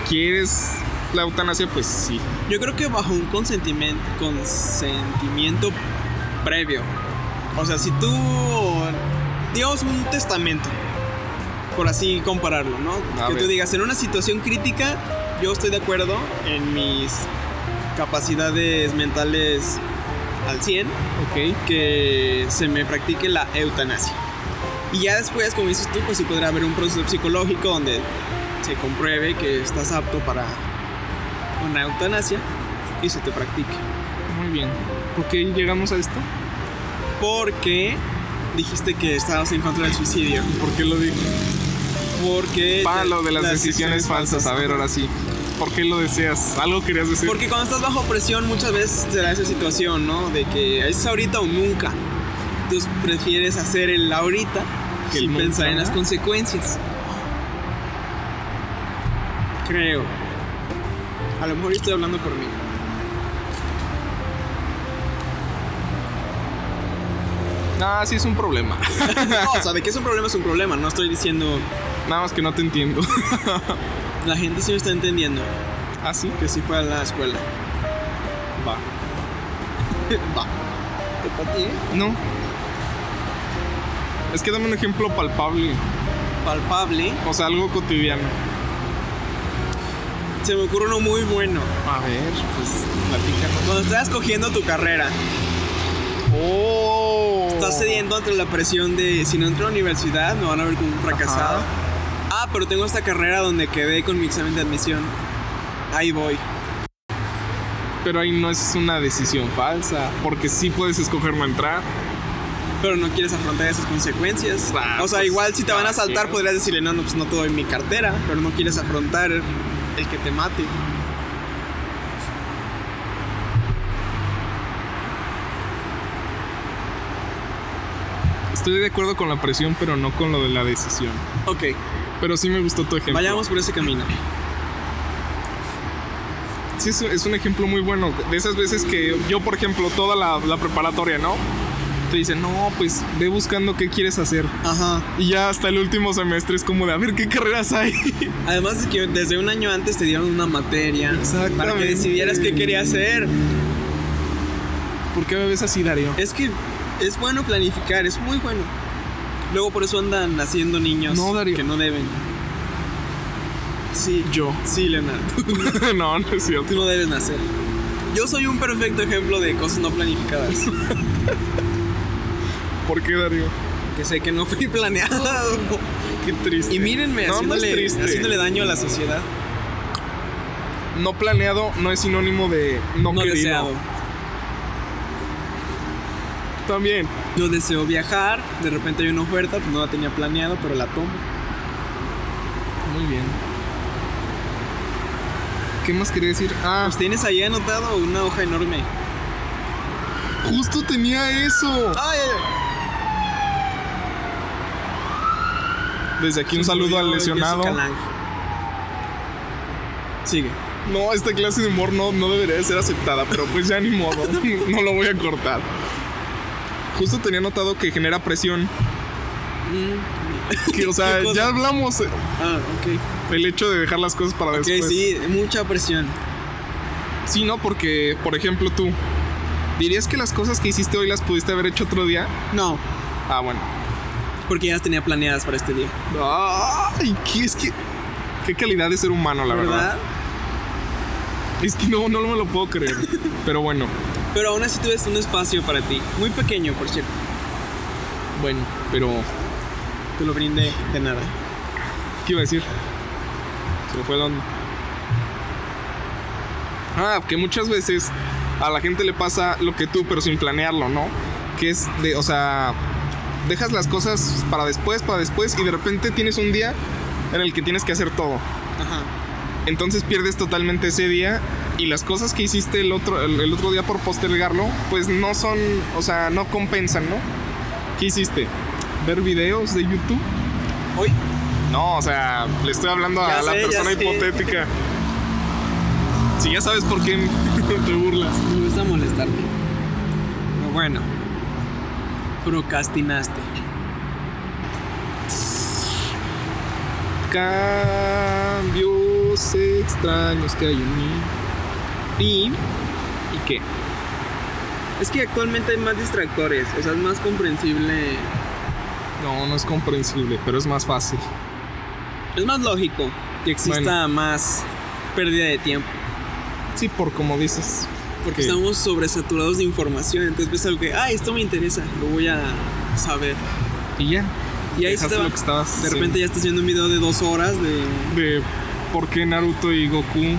[SPEAKER 1] quieres la eutanasia, pues sí.
[SPEAKER 2] Yo creo que bajo un consentimiento, consentimiento previo. O sea, si tú, digamos, un testamento, por así compararlo, ¿no?
[SPEAKER 1] A
[SPEAKER 2] que tú
[SPEAKER 1] ver.
[SPEAKER 2] digas, en una situación crítica, yo estoy de acuerdo en mis capacidades mentales al 100,
[SPEAKER 1] Ok.
[SPEAKER 2] que se me practique la eutanasia. Y ya después, como dices tú, pues sí podrá haber un proceso psicológico donde se compruebe que estás apto para una eutanasia y se te practique.
[SPEAKER 1] Muy bien. ¿Por qué llegamos a esto?
[SPEAKER 2] Porque dijiste que estabas en contra del suicidio.
[SPEAKER 1] ¿Por qué lo dije?
[SPEAKER 2] Porque...
[SPEAKER 1] Pa, lo de las, decisiones, falsas. A ver, ahora sí. ¿Por qué lo deseas? ¿Algo querías decir?
[SPEAKER 2] Porque cuando estás bajo presión muchas veces será esa situación, ¿no? De que es ahorita o nunca. Entonces prefieres hacer el ahorita
[SPEAKER 1] Que
[SPEAKER 2] que
[SPEAKER 1] el nunca,
[SPEAKER 2] pensar en
[SPEAKER 1] ¿no?
[SPEAKER 2] las consecuencias. Creo. A lo mejor yo estoy hablando por mí.
[SPEAKER 1] Ah, sí, es un problema.
[SPEAKER 2] No, o sea, de que es un problema es un problema. No estoy diciendo...
[SPEAKER 1] Nada más que no te entiendo.
[SPEAKER 2] La gente sí me está entendiendo.
[SPEAKER 1] ¿Ah, sí?
[SPEAKER 2] Que sí fue a la escuela.
[SPEAKER 1] Va.
[SPEAKER 2] Va. ¿Te pateé?
[SPEAKER 1] No. Es que dame un ejemplo palpable.
[SPEAKER 2] Palpable.
[SPEAKER 1] O sea, algo cotidiano.
[SPEAKER 2] Se me ocurre uno muy bueno.
[SPEAKER 1] A ver, pues, platícanos.
[SPEAKER 2] Cuando estás escogiendo tu carrera,
[SPEAKER 1] ¡Oh!
[SPEAKER 2] Estás cediendo ante la presión de si no entro a la universidad me van a ver como un fracasado. Ah, pero tengo esta carrera donde quedé con mi examen de admisión. Ahí voy.
[SPEAKER 1] Pero ahí no es una decisión falsa. Porque sí puedes escoger no entrar.
[SPEAKER 2] Pero no quieres afrontar esas consecuencias.
[SPEAKER 1] Ah,
[SPEAKER 2] o sea,
[SPEAKER 1] pues,
[SPEAKER 2] igual si te van a
[SPEAKER 1] ah,
[SPEAKER 2] saltar
[SPEAKER 1] sí.
[SPEAKER 2] podrías decirle, no, no, pues no te doy mi cartera, pero no quieres afrontar el que te mate.
[SPEAKER 1] Estoy de acuerdo con la presión, pero no con lo de la decisión.
[SPEAKER 2] Ok,
[SPEAKER 1] Pero sí me gustó tu ejemplo.
[SPEAKER 2] vayamos por ese camino.
[SPEAKER 1] Sí, es, es un ejemplo muy bueno. De esas veces que yo, por ejemplo, toda la, la preparatoria, ¿no? Te dicen, no, pues ve buscando qué quieres hacer.
[SPEAKER 2] Ajá.
[SPEAKER 1] Y ya hasta el último semestre es como de, a ver qué carreras hay.
[SPEAKER 2] Además de que desde un año antes te dieron una materia para que
[SPEAKER 1] Exactamente.
[SPEAKER 2] decidieras qué quería hacer.
[SPEAKER 1] ¿Por qué me ves así, Darío?
[SPEAKER 2] Es que es bueno planificar, es muy bueno. Luego por eso andan haciendo niños
[SPEAKER 1] No, Darío.
[SPEAKER 2] que no deben. Sí,
[SPEAKER 1] Yo.
[SPEAKER 2] sí, Leonardo.
[SPEAKER 1] no, no es cierto.
[SPEAKER 2] Tú no debes nacer. Yo soy un perfecto ejemplo de cosas no planificadas.
[SPEAKER 1] ¿Por qué, Darío?
[SPEAKER 2] que sé que no fui planeado.
[SPEAKER 1] Qué triste.
[SPEAKER 2] Y mírenme,
[SPEAKER 1] No, no es
[SPEAKER 2] haciéndole,
[SPEAKER 1] triste.
[SPEAKER 2] haciéndole daño a la sociedad.
[SPEAKER 1] No planeado no es sinónimo de no,
[SPEAKER 2] No
[SPEAKER 1] querido.
[SPEAKER 2] deseado.
[SPEAKER 1] También.
[SPEAKER 2] Yo deseo viajar, de repente hay una oferta, pues no la tenía planeado, pero la tomo.
[SPEAKER 1] Muy bien. ¿Qué más quería decir? Ah,
[SPEAKER 2] Pues tienes ahí anotado una hoja enorme.
[SPEAKER 1] justo tenía eso.
[SPEAKER 2] ¡Ay, ay, ay!
[SPEAKER 1] Desde aquí un saludo al lesionado.
[SPEAKER 2] Jessica Lange. Sigue.
[SPEAKER 1] No, esta clase de humor no, no debería de ser aceptada, pero pues ya ni modo, no lo voy a cortar. Justo tenía notado que genera presión.
[SPEAKER 2] Mm.
[SPEAKER 1] Que, o
[SPEAKER 2] ¿Qué
[SPEAKER 1] sea,
[SPEAKER 2] cosa?
[SPEAKER 1] ya hablamos eh,
[SPEAKER 2] Ah, ok.
[SPEAKER 1] el hecho de dejar las cosas para
[SPEAKER 2] Ok,
[SPEAKER 1] después.
[SPEAKER 2] sí, mucha presión.
[SPEAKER 1] Sí, no, porque, por ejemplo, tú. ¿Dirías que las cosas que hiciste hoy las pudiste haber hecho otro día?
[SPEAKER 2] No,
[SPEAKER 1] Ah, bueno.
[SPEAKER 2] porque ya las tenía planeadas para este día.
[SPEAKER 1] Ay, qué es que. Qué calidad de ser humano, la verdad.
[SPEAKER 2] ¿Verdad?
[SPEAKER 1] Es que no, no me lo puedo creer. Pero bueno,
[SPEAKER 2] Pero aún así tuviste un espacio para ti. Muy pequeño, por cierto.
[SPEAKER 1] bueno, pero.
[SPEAKER 2] Te lo brindé de nada.
[SPEAKER 1] ¿Qué iba a decir? Se me fue la onda. Ah, que muchas veces a la gente le pasa lo que tú, pero sin planearlo, ¿no? Que es de, o sea, dejas las cosas para después, para después, y de repente tienes un día en el que tienes que hacer todo.
[SPEAKER 2] Ajá.
[SPEAKER 1] Entonces pierdes totalmente ese día y las cosas que hiciste el otro, el, el otro día por postergarlo, pues no son, o sea, no compensan, ¿no? ¿Qué hiciste? ¿Ver videos de YouTube?
[SPEAKER 2] Hoy
[SPEAKER 1] No, o sea, le estoy hablando a
[SPEAKER 2] Ya
[SPEAKER 1] la
[SPEAKER 2] sé, ya
[SPEAKER 1] persona
[SPEAKER 2] sé.
[SPEAKER 1] hipotética. Si ya sabes por qué te burlas.
[SPEAKER 2] me gusta molestarte. Pero bueno, procrastinaste.
[SPEAKER 1] Cambios extraños que hay en mí.
[SPEAKER 2] Y
[SPEAKER 1] ¿Y qué?
[SPEAKER 2] es que actualmente hay más distractores, o sea, es más comprensible.
[SPEAKER 1] No, no es comprensible, pero es más fácil.
[SPEAKER 2] Es más lógico que exista
[SPEAKER 1] Bueno.
[SPEAKER 2] más pérdida de tiempo.
[SPEAKER 1] Sí, por como dices.
[SPEAKER 2] Porque
[SPEAKER 1] Sí.
[SPEAKER 2] estamos sobresaturados de información, entonces ves algo que, ah, esto me interesa, lo voy a saber.
[SPEAKER 1] Y ya.
[SPEAKER 2] Y ahí se
[SPEAKER 1] Dejaste
[SPEAKER 2] te va.
[SPEAKER 1] lo que estabas
[SPEAKER 2] De
[SPEAKER 1] haciendo.
[SPEAKER 2] repente ya estás viendo un video de dos horas de...
[SPEAKER 1] de por qué Naruto y Goku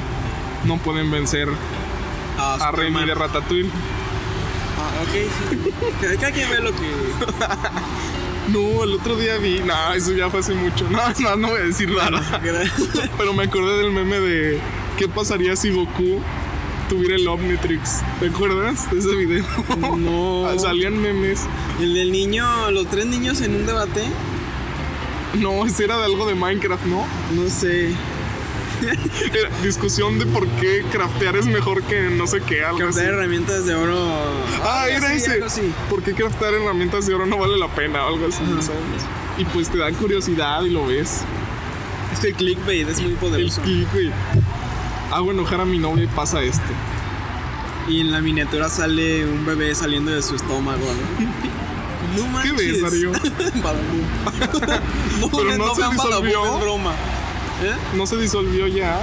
[SPEAKER 1] no pueden vencer
[SPEAKER 2] Ah,
[SPEAKER 1] a Remy
[SPEAKER 2] Superman.
[SPEAKER 1] de Ratatouille.
[SPEAKER 2] Ah, ok. sí. Cada- Cada quien ve lo que...
[SPEAKER 1] No, el otro día vi. No, eso ya fue hace mucho. No, es más, no voy a decir nada. Pero me acordé del meme de qué pasaría si Goku tuviera el Omnitrix. ¿Te acuerdas de ese video?
[SPEAKER 2] no.
[SPEAKER 1] Salían memes.
[SPEAKER 2] El del niño, los tres niños en un debate,
[SPEAKER 1] No, ese era de algo de Minecraft, ¿no?
[SPEAKER 2] no sé.
[SPEAKER 1] Era discusión de por qué craftear es mejor que no sé qué, algo
[SPEAKER 2] Captar
[SPEAKER 1] así.
[SPEAKER 2] herramientas de oro.
[SPEAKER 1] Ah,
[SPEAKER 2] Algo
[SPEAKER 1] era
[SPEAKER 2] así,
[SPEAKER 1] ese.
[SPEAKER 2] algo así.
[SPEAKER 1] ¿Por qué craftar herramientas de oro no vale la pena? Algo así,
[SPEAKER 2] Ajá.
[SPEAKER 1] ¿sabes? Y pues te da curiosidad y lo ves.
[SPEAKER 2] Es que el clickbait es muy
[SPEAKER 1] El
[SPEAKER 2] poderoso.
[SPEAKER 1] click, güey. Hago enojar a mi novia y pasa esto.
[SPEAKER 2] Y en la miniatura sale un bebé saliendo de su estómago, ¿no? No
[SPEAKER 1] ¿Qué ves,
[SPEAKER 2] manches.
[SPEAKER 1] Darío?
[SPEAKER 2] Badabum. no,
[SPEAKER 1] Pero no se
[SPEAKER 2] vean Badabum,
[SPEAKER 1] disolvió.
[SPEAKER 2] es broma. ¿Eh?
[SPEAKER 1] ¿No se disolvió ya?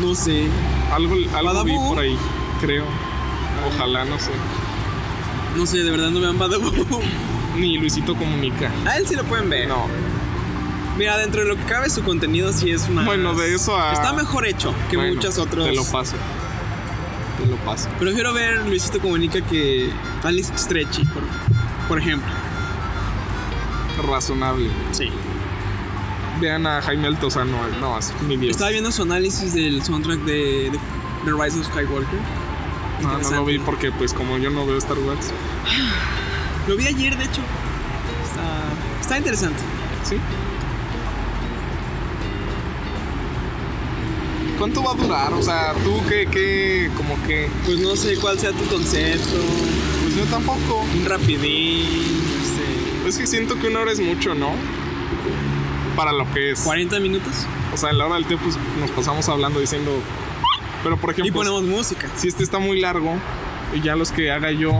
[SPEAKER 2] No sé.
[SPEAKER 1] Algo, algo vi
[SPEAKER 2] Badabú.
[SPEAKER 1] por ahí, creo. Ojalá, no sé.
[SPEAKER 2] No sé, de verdad no vean Badabum.
[SPEAKER 1] Ni Luisito comunica.
[SPEAKER 2] A él sí lo pueden ver.
[SPEAKER 1] No.
[SPEAKER 2] Mira, dentro de lo que cabe, su contenido sí es más.
[SPEAKER 1] Bueno, de eso a-
[SPEAKER 2] Está mejor hecho que
[SPEAKER 1] Bueno,
[SPEAKER 2] muchas otras.
[SPEAKER 1] Te lo paso. Te lo paso.
[SPEAKER 2] Prefiero ver Luisito Comunica que Alice Stretchy, por, por ejemplo.
[SPEAKER 1] Razonable.
[SPEAKER 2] Sí.
[SPEAKER 1] Vean a Jaime Altozano. eh. No, es mi dios.
[SPEAKER 2] Estaba viendo su análisis del soundtrack de, de, de Rise of Skywalker.
[SPEAKER 1] No, no lo vi
[SPEAKER 2] interesante.
[SPEAKER 1] porque, pues, como yo no veo Star Wars.
[SPEAKER 2] Lo vi ayer, de hecho. Está, está interesante.
[SPEAKER 1] ¿Sí? ¿Cuánto va a durar? O sea, tú qué, qué, como que.
[SPEAKER 2] Pues no sé cuál sea tu concepto.
[SPEAKER 1] Pues yo tampoco.
[SPEAKER 2] Un rapidín, este.
[SPEAKER 1] Es que siento que una hora es mucho, ¿no? Para lo que es.
[SPEAKER 2] 40 minutos.
[SPEAKER 1] O sea, en la hora del té, pues nos pasamos hablando diciendo. Pero por ejemplo,
[SPEAKER 2] Y ponemos música.
[SPEAKER 1] si este está muy largo y ya los que haga yo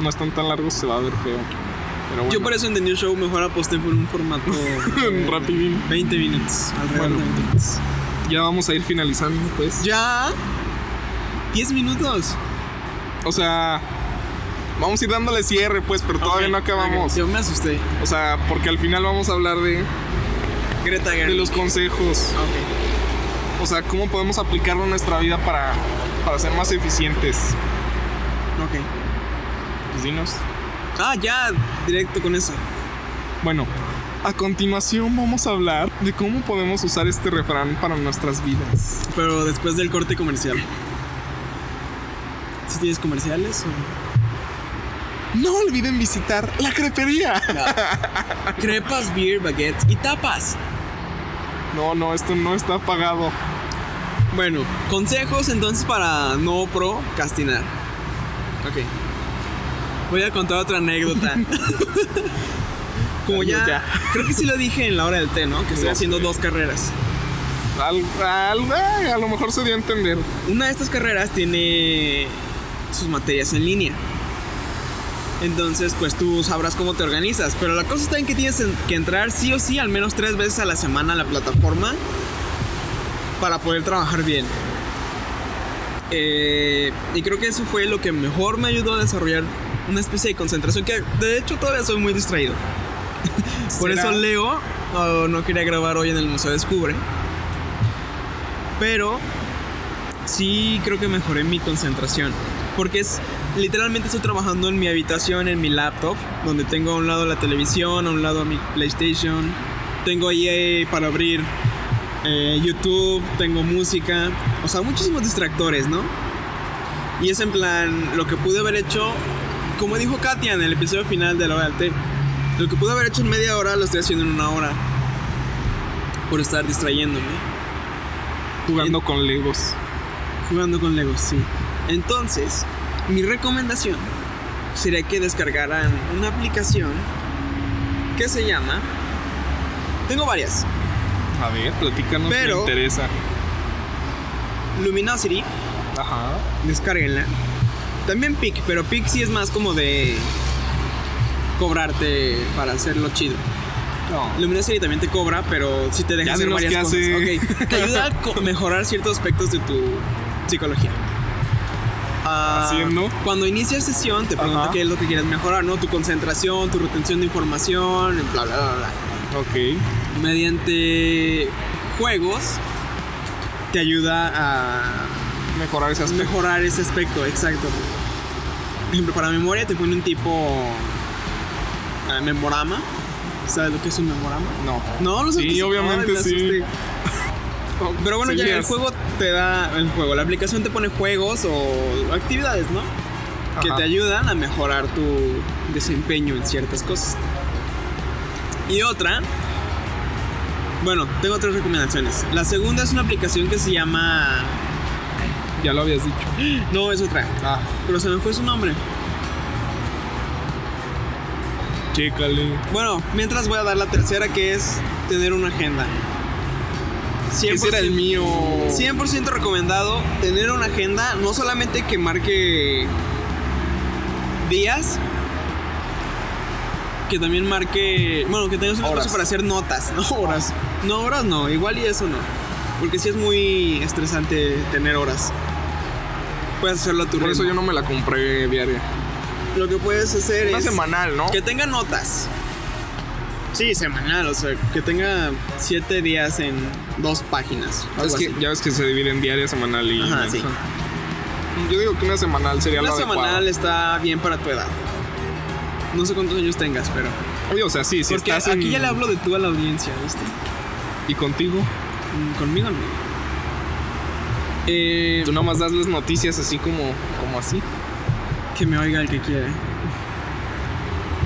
[SPEAKER 1] no están tan largos, se va a ver feo. Pero bueno.
[SPEAKER 2] Yo por eso en The New Show mejor aposté por un formato. eh,
[SPEAKER 1] Rapidín.
[SPEAKER 2] 20 minutos. Alrededor
[SPEAKER 1] Bueno.
[SPEAKER 2] de 20 minutos.
[SPEAKER 1] Ya vamos a ir finalizando, pues.
[SPEAKER 2] ¿Ya? ¿10 minutos?
[SPEAKER 1] O sea, vamos a ir dándole cierre, pues, pero todavía
[SPEAKER 2] Ok,
[SPEAKER 1] no acabamos.
[SPEAKER 2] ok, Yo me asusté.
[SPEAKER 1] O sea, porque al final vamos a hablar de,
[SPEAKER 2] Greta
[SPEAKER 1] de
[SPEAKER 2] Gerwig.
[SPEAKER 1] los consejos.
[SPEAKER 2] Ok.
[SPEAKER 1] O sea, cómo podemos aplicarlo en nuestra vida para, para ser más eficientes.
[SPEAKER 2] Ok.
[SPEAKER 1] Pues dinos.
[SPEAKER 2] Ah, ya, directo con eso.
[SPEAKER 1] Bueno, a continuación vamos a hablar de cómo podemos usar este refrán para nuestras vidas.
[SPEAKER 2] Pero después del corte comercial. ¿Si tienes comerciales o...?
[SPEAKER 1] No olviden visitar la crepería.
[SPEAKER 2] Crepas, beer, baguettes y tapas.
[SPEAKER 1] No, no, esto no está pagado.
[SPEAKER 2] Bueno, consejos entonces para no procrastinar. Ok. Voy a contar otra anécdota. Como ya,
[SPEAKER 1] Ya.
[SPEAKER 2] Creo que sí lo dije en la hora del té, ¿no? Que estoy
[SPEAKER 1] No
[SPEAKER 2] haciendo
[SPEAKER 1] sé.
[SPEAKER 2] dos carreras.
[SPEAKER 1] Al- al- ay, a lo mejor se dio a entender.
[SPEAKER 2] Una de estas carreras tiene sus materias en línea. Entonces, pues tú sabrás cómo te organizas. Pero la cosa está en que tienes en- que entrar sí o sí al menos tres veces a la semana a la plataforma para poder trabajar bien. Eh, y creo que eso fue lo que mejor me ayudó a desarrollar una especie de concentración que de hecho todavía soy muy distraído. Por
[SPEAKER 1] ¿Será?
[SPEAKER 2] eso Leo no, no quería grabar hoy en el Museo Descubre. Pero sí creo que mejoré mi concentración. Porque es literalmente estoy trabajando en mi habitación, en mi laptop, donde tengo a un lado la televisión, a un lado mi PlayStation, tengo EA para abrir eh, YouTube, tengo música, o sea, muchísimos distractores, ¿no? Y es en plan lo que pude haber hecho, como dijo Katia en el episodio final de la hora del té, lo que pude haber hecho en media hora lo estoy haciendo en una hora por estar distrayéndome
[SPEAKER 1] Jugando con Legos.
[SPEAKER 2] jugando con Legos, sí. Entonces, mi recomendación sería que descargaran una aplicación que se llama. Tengo varias.
[SPEAKER 1] A ver, platícanos.
[SPEAKER 2] Pero-
[SPEAKER 1] Me interesa.
[SPEAKER 2] Luminosity,
[SPEAKER 1] Ajá.
[SPEAKER 2] descárguenla. También Pic, pero Pic sí es más como de cobrarte para hacerlo chido.
[SPEAKER 1] No.
[SPEAKER 2] Luminosity también te cobra, pero sí te deja
[SPEAKER 1] Ya
[SPEAKER 2] hacer
[SPEAKER 1] dinos
[SPEAKER 2] varias cosas.
[SPEAKER 1] qué hace.
[SPEAKER 2] Ok, Te ayuda a co- mejorar ciertos aspectos de tu psicología. Ah,
[SPEAKER 1] Haciendo.
[SPEAKER 2] Cuando inicias sesión te pregunta
[SPEAKER 1] Ajá.
[SPEAKER 2] qué es lo que quieres mejorar, ¿no? Tu concentración, tu retención de información, bla, bla, bla, bla.
[SPEAKER 1] Ok.
[SPEAKER 2] Mediante juegos te ayuda a
[SPEAKER 1] Mejorar esas aspecto.
[SPEAKER 2] mejorar ese aspecto, exacto. Por ejemplo, para memoria te pone un tipo ah, memorama. ¿Sabes lo que es un memorama?
[SPEAKER 1] No.
[SPEAKER 2] No, no sé
[SPEAKER 1] Sí, obviamente sí.
[SPEAKER 2] Pero bueno, ya el
[SPEAKER 1] Seguías.
[SPEAKER 2] juego te da. El juego, la aplicación te pone juegos o actividades, ¿no? Que
[SPEAKER 1] Ajá.
[SPEAKER 2] te ayudan a mejorar tu desempeño en ciertas cosas. Y otra. Bueno, tengo tres recomendaciones. La segunda es una aplicación que se llama.
[SPEAKER 1] Ya lo habías dicho.
[SPEAKER 2] No, es otra.
[SPEAKER 1] Ah,
[SPEAKER 2] Pero se me fue su nombre.
[SPEAKER 1] chécale.
[SPEAKER 2] Bueno, mientras voy a dar la tercera que es tener una agenda.
[SPEAKER 1] Ese era el
[SPEAKER 2] 100%
[SPEAKER 1] mío.
[SPEAKER 2] 100% recomendado tener una agenda, no solamente que marque días, que también marque, bueno, que tengas un
[SPEAKER 1] Horas.
[SPEAKER 2] espacio para hacer notas, no horas. No horas no, igual y eso no. Porque sí es muy estresante tener horas. Puedes hacerlo a tu
[SPEAKER 1] Por eso yo
[SPEAKER 2] ritmo.
[SPEAKER 1] no me la compré diaria.
[SPEAKER 2] Lo que puedes hacer
[SPEAKER 1] Una
[SPEAKER 2] es
[SPEAKER 1] semanal, ¿no?
[SPEAKER 2] que tenga notas. Sí, semanal, o sea, que tenga siete días en dos páginas.
[SPEAKER 1] Es
[SPEAKER 2] algo
[SPEAKER 1] que,
[SPEAKER 2] así.
[SPEAKER 1] ya ves que se divide en diaria, semanal y.
[SPEAKER 2] Ajá, sí.
[SPEAKER 1] Yo digo que una semanal sería
[SPEAKER 2] Una
[SPEAKER 1] la
[SPEAKER 2] semanal está bien para tu edad. No sé cuántos años tengas, pero.
[SPEAKER 1] Oye, o sea, sí, si
[SPEAKER 2] Porque
[SPEAKER 1] estás
[SPEAKER 2] aquí
[SPEAKER 1] en-
[SPEAKER 2] ya le hablo de tú a la audiencia, ¿viste?
[SPEAKER 1] ¿Y contigo?
[SPEAKER 2] Mm, Conmigo no. Eh,
[SPEAKER 1] Tú nomás das las noticias así como, como así.
[SPEAKER 2] Que me oiga el que quiere.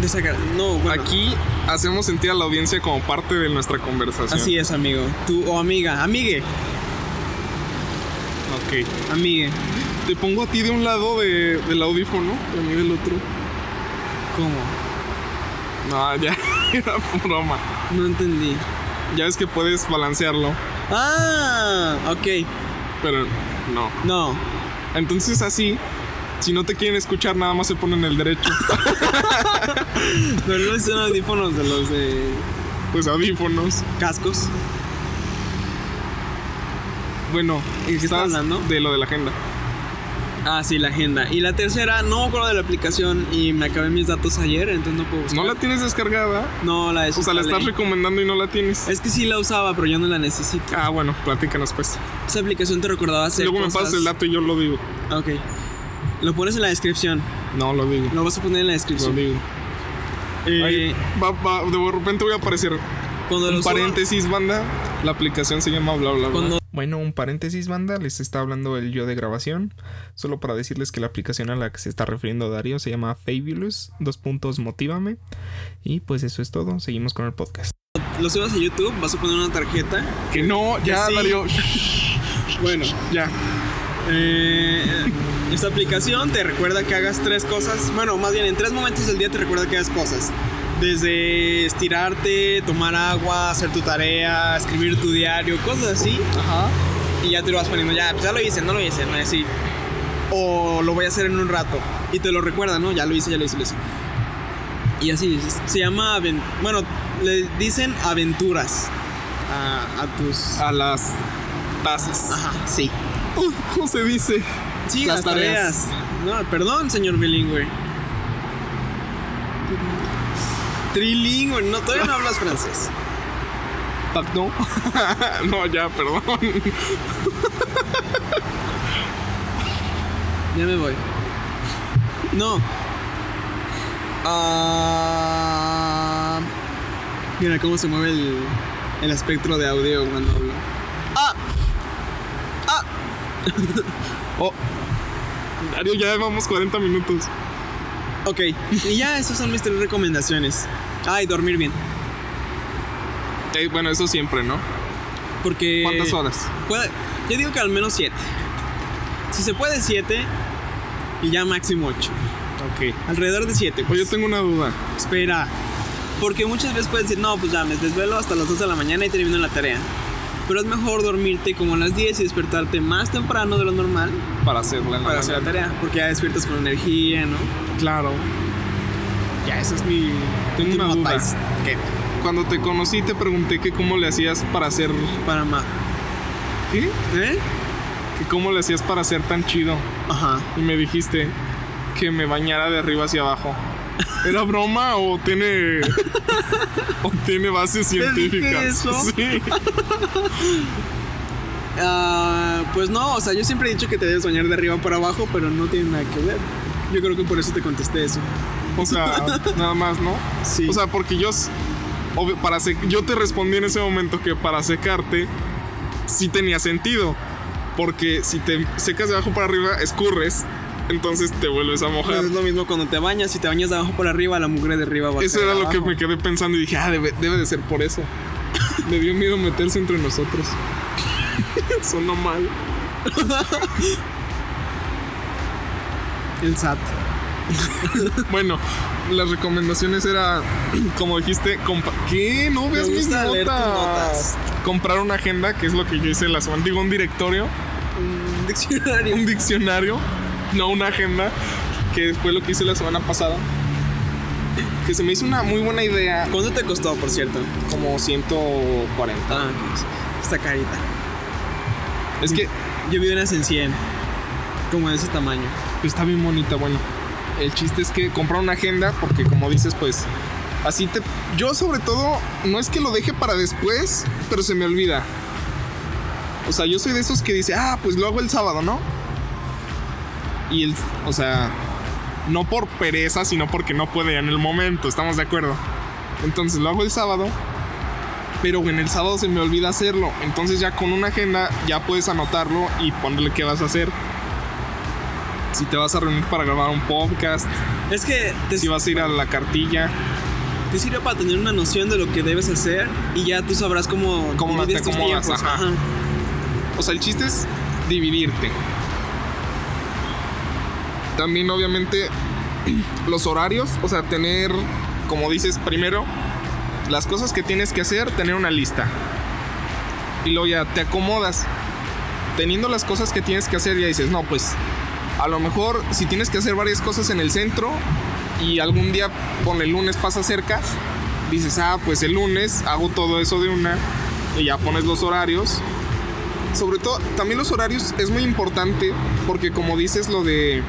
[SPEAKER 2] Desagra- No, bueno.
[SPEAKER 1] Aquí hacemos sentir a la audiencia como parte de nuestra conversación.
[SPEAKER 2] Así es, amigo. Tú o amiga. Amigue.
[SPEAKER 1] Ok.
[SPEAKER 2] Amigue.
[SPEAKER 1] Te pongo a ti de un lado de- del audífono y a mí del otro.
[SPEAKER 2] ¿Cómo?
[SPEAKER 1] No, ya. Era broma.
[SPEAKER 2] No entendí.
[SPEAKER 1] Ya ves que puedes balancearlo,
[SPEAKER 2] Ah, ok.
[SPEAKER 1] pero no.
[SPEAKER 2] No.
[SPEAKER 1] Entonces así, si no te quieren escuchar, nada más se ponen el derecho.
[SPEAKER 2] Pero no son audífonos de los de
[SPEAKER 1] pues audífonos.
[SPEAKER 2] cascos.
[SPEAKER 1] Bueno,
[SPEAKER 2] ¿Y qué estás hablando?
[SPEAKER 1] De lo de la agenda.
[SPEAKER 2] Ah, sí, la agenda. Y la tercera, no me acuerdo de la aplicación y me acabé mis datos ayer, entonces no puedo buscar.
[SPEAKER 1] No la tienes descargada.
[SPEAKER 2] No, la
[SPEAKER 1] O sea, la estás
[SPEAKER 2] desinstalé.
[SPEAKER 1] recomendando y no la tienes.
[SPEAKER 2] Es que sí la usaba, pero ya no la necesito.
[SPEAKER 1] Ah, bueno, platícanos pues.
[SPEAKER 2] Esa aplicación te recordaba hacer
[SPEAKER 1] Luego me
[SPEAKER 2] cosas.
[SPEAKER 1] pasas el dato y yo lo digo.
[SPEAKER 2] Ah, Ok. Lo pones en la descripción.
[SPEAKER 1] No, lo digo.
[SPEAKER 2] Lo vas a poner en la
[SPEAKER 1] Lo
[SPEAKER 2] descripción.
[SPEAKER 1] digo.
[SPEAKER 2] Eh,
[SPEAKER 1] Ay, va- va- de repente voy a aparecer.
[SPEAKER 2] cuando lo
[SPEAKER 1] Un
[SPEAKER 2] suba-
[SPEAKER 1] paréntesis, banda. La aplicación se llama bla bla bla.
[SPEAKER 2] Cuando-
[SPEAKER 1] Bueno, un paréntesis, banda. Les está hablando el yo de grabación. Solo para decirles que la aplicación a la que se está refiriendo Darío se llama Fabulous. Dos puntos, motívame. Y pues eso es todo. Seguimos con el podcast.
[SPEAKER 2] lo subas a YouTube, vas a poner una tarjeta.
[SPEAKER 1] Que no, ya,
[SPEAKER 2] sí.
[SPEAKER 1] Darío.
[SPEAKER 2] Bueno,
[SPEAKER 1] Ya.
[SPEAKER 2] eh, Esta aplicación te recuerda que hagas tres cosas. Bueno, más bien en tres momentos del día te recuerda que hagas cosas. Desde estirarte, tomar agua, hacer tu tarea, escribir tu diario, cosas así.
[SPEAKER 1] Ajá.
[SPEAKER 2] Y ya te lo vas poniendo, ya, pues ya lo hice, no lo hice, no es así. O lo voy a hacer en un rato. Y te lo recuerda, ¿no? Ya lo hice, ya lo hice, lo hice. Y así, se- se llama... aven- Bueno, le dicen aventuras a, a tus...
[SPEAKER 1] A las tasas.
[SPEAKER 2] Ajá, sí.
[SPEAKER 1] Uh, ¿Cómo se dice?
[SPEAKER 2] Sí,
[SPEAKER 1] Las
[SPEAKER 2] las, tareas. No, perdón, señor bilingüe. Trilingüe, no, todavía no hablas francés.
[SPEAKER 1] No. no, ya, perdón.
[SPEAKER 2] Ya me voy. No. Ah, mira cómo se mueve el, el espectro de audio cuando hablo. ¡Ah! ¡Ah!
[SPEAKER 1] Oh. Dario, ya vamos 40 minutos.
[SPEAKER 2] Ok, y ya esas son mis tres recomendaciones. Ay, dormir bien.
[SPEAKER 1] Eh, bueno, eso siempre, ¿no?
[SPEAKER 2] Porque.
[SPEAKER 1] ¿Cuántas horas?
[SPEAKER 2] Puede- yo digo que al menos 7. Si se puede 7 y ya máximo 8.
[SPEAKER 1] Ok.
[SPEAKER 2] Alrededor de 7.
[SPEAKER 1] Pues yo tengo una duda.
[SPEAKER 2] Espera. Porque muchas veces puedes decir, no, pues ya me desvelo hasta las 2 de la mañana y termino la tarea. Pero es mejor dormirte como a las 10 y despertarte más temprano de lo normal
[SPEAKER 1] Para hacerla en la
[SPEAKER 2] para hacer la
[SPEAKER 1] mañana.
[SPEAKER 2] tarea. Porque ya despiertas con energía, ¿no?
[SPEAKER 1] Claro.
[SPEAKER 2] Ya, eso es mi...
[SPEAKER 1] Tengo
[SPEAKER 2] último
[SPEAKER 1] una duda.
[SPEAKER 2] advice. ¿Qué?
[SPEAKER 1] Cuando te conocí te pregunté que cómo le hacías para hacer...
[SPEAKER 2] Para más.
[SPEAKER 1] ¿Qué?
[SPEAKER 2] ¿Eh?
[SPEAKER 1] Que cómo le hacías para ser tan chido.
[SPEAKER 2] Ajá.
[SPEAKER 1] Y me dijiste que me bañara de arriba hacia abajo. ¿Era broma o tiene... o tiene bases
[SPEAKER 2] dije
[SPEAKER 1] científicas?
[SPEAKER 2] eso?
[SPEAKER 1] Sí.
[SPEAKER 2] Ah, pues no, o sea, yo siempre he dicho que te debes bañar de arriba para abajo, pero no tiene nada que ver. Yo creo que por eso te contesté eso.
[SPEAKER 1] O sea, nada más, ¿no?
[SPEAKER 2] Sí.
[SPEAKER 1] O sea, porque yo, s- obvio, para sec- yo te respondí en ese momento que para secarte sí tenía sentido. Porque si te secas de abajo para arriba, escurres, entonces te vuelves a mojar.
[SPEAKER 2] Pues es lo mismo cuando te bañas, si te bañas de abajo para arriba, la mugre de arriba va a
[SPEAKER 1] eso
[SPEAKER 2] caer
[SPEAKER 1] era lo que
[SPEAKER 2] abajo.
[SPEAKER 1] me quedé pensando y dije, ah, debe, debe de ser por eso. Le dio miedo meterse entre nosotros. Sonó mal.
[SPEAKER 2] El SAT.
[SPEAKER 1] Bueno, las recomendaciones era, como dijiste, compa- ¿qué? No veas mis
[SPEAKER 2] gusta
[SPEAKER 1] notas.
[SPEAKER 2] leer tus notas.
[SPEAKER 1] Comprar una agenda, que es lo que yo hice la semana. Digo, un directorio,
[SPEAKER 2] Un diccionario.
[SPEAKER 1] un Mm, diccionario, no una agenda, que fue lo que hice la semana pasada. Que se me hizo una muy buena idea,
[SPEAKER 2] ¿Cuánto te costó, por cierto?
[SPEAKER 1] como 140.
[SPEAKER 2] Ah, esta carita.
[SPEAKER 1] Es que
[SPEAKER 2] Yo vi unas en 100, como de ese tamaño.
[SPEAKER 1] está bien bonita, bueno. El chiste es que comprar una agenda, porque como dices, pues así te. Yo, sobre todo, no es que lo deje para después, pero se me olvida. O sea, yo soy de esos que dice, ah, pues lo hago el sábado, ¿no? Y el. O sea, no por pereza, sino porque no puede en el momento, estamos de acuerdo. Entonces lo hago el sábado, pero en el sábado se me olvida hacerlo. Entonces ya con una agenda ya puedes anotarlo y ponerle qué vas a hacer. Si te vas a reunir para grabar un podcast,
[SPEAKER 2] Es que te,
[SPEAKER 1] si vas a ir a la cartilla,
[SPEAKER 2] te sirve para tener una noción de lo que debes hacer y ya tú sabrás cómo,
[SPEAKER 1] Cómo te
[SPEAKER 2] divides tus
[SPEAKER 1] acomodas,
[SPEAKER 2] tiempos.
[SPEAKER 1] ajá. O sea, el chiste es dividirte. También, obviamente, los horarios. O sea, tener, como dices, primero, las cosas que tienes que hacer, tener una lista. Y luego ya te acomodas. Teniendo las cosas que tienes que hacer, ya dices, no, pues, a lo mejor si tienes que hacer varias cosas en el centro y algún día con el lunes pasa cerca, dices, ah, pues el lunes hago todo eso de una y ya pones los horarios sobre todo, también los horarios es muy importante porque como dices lo de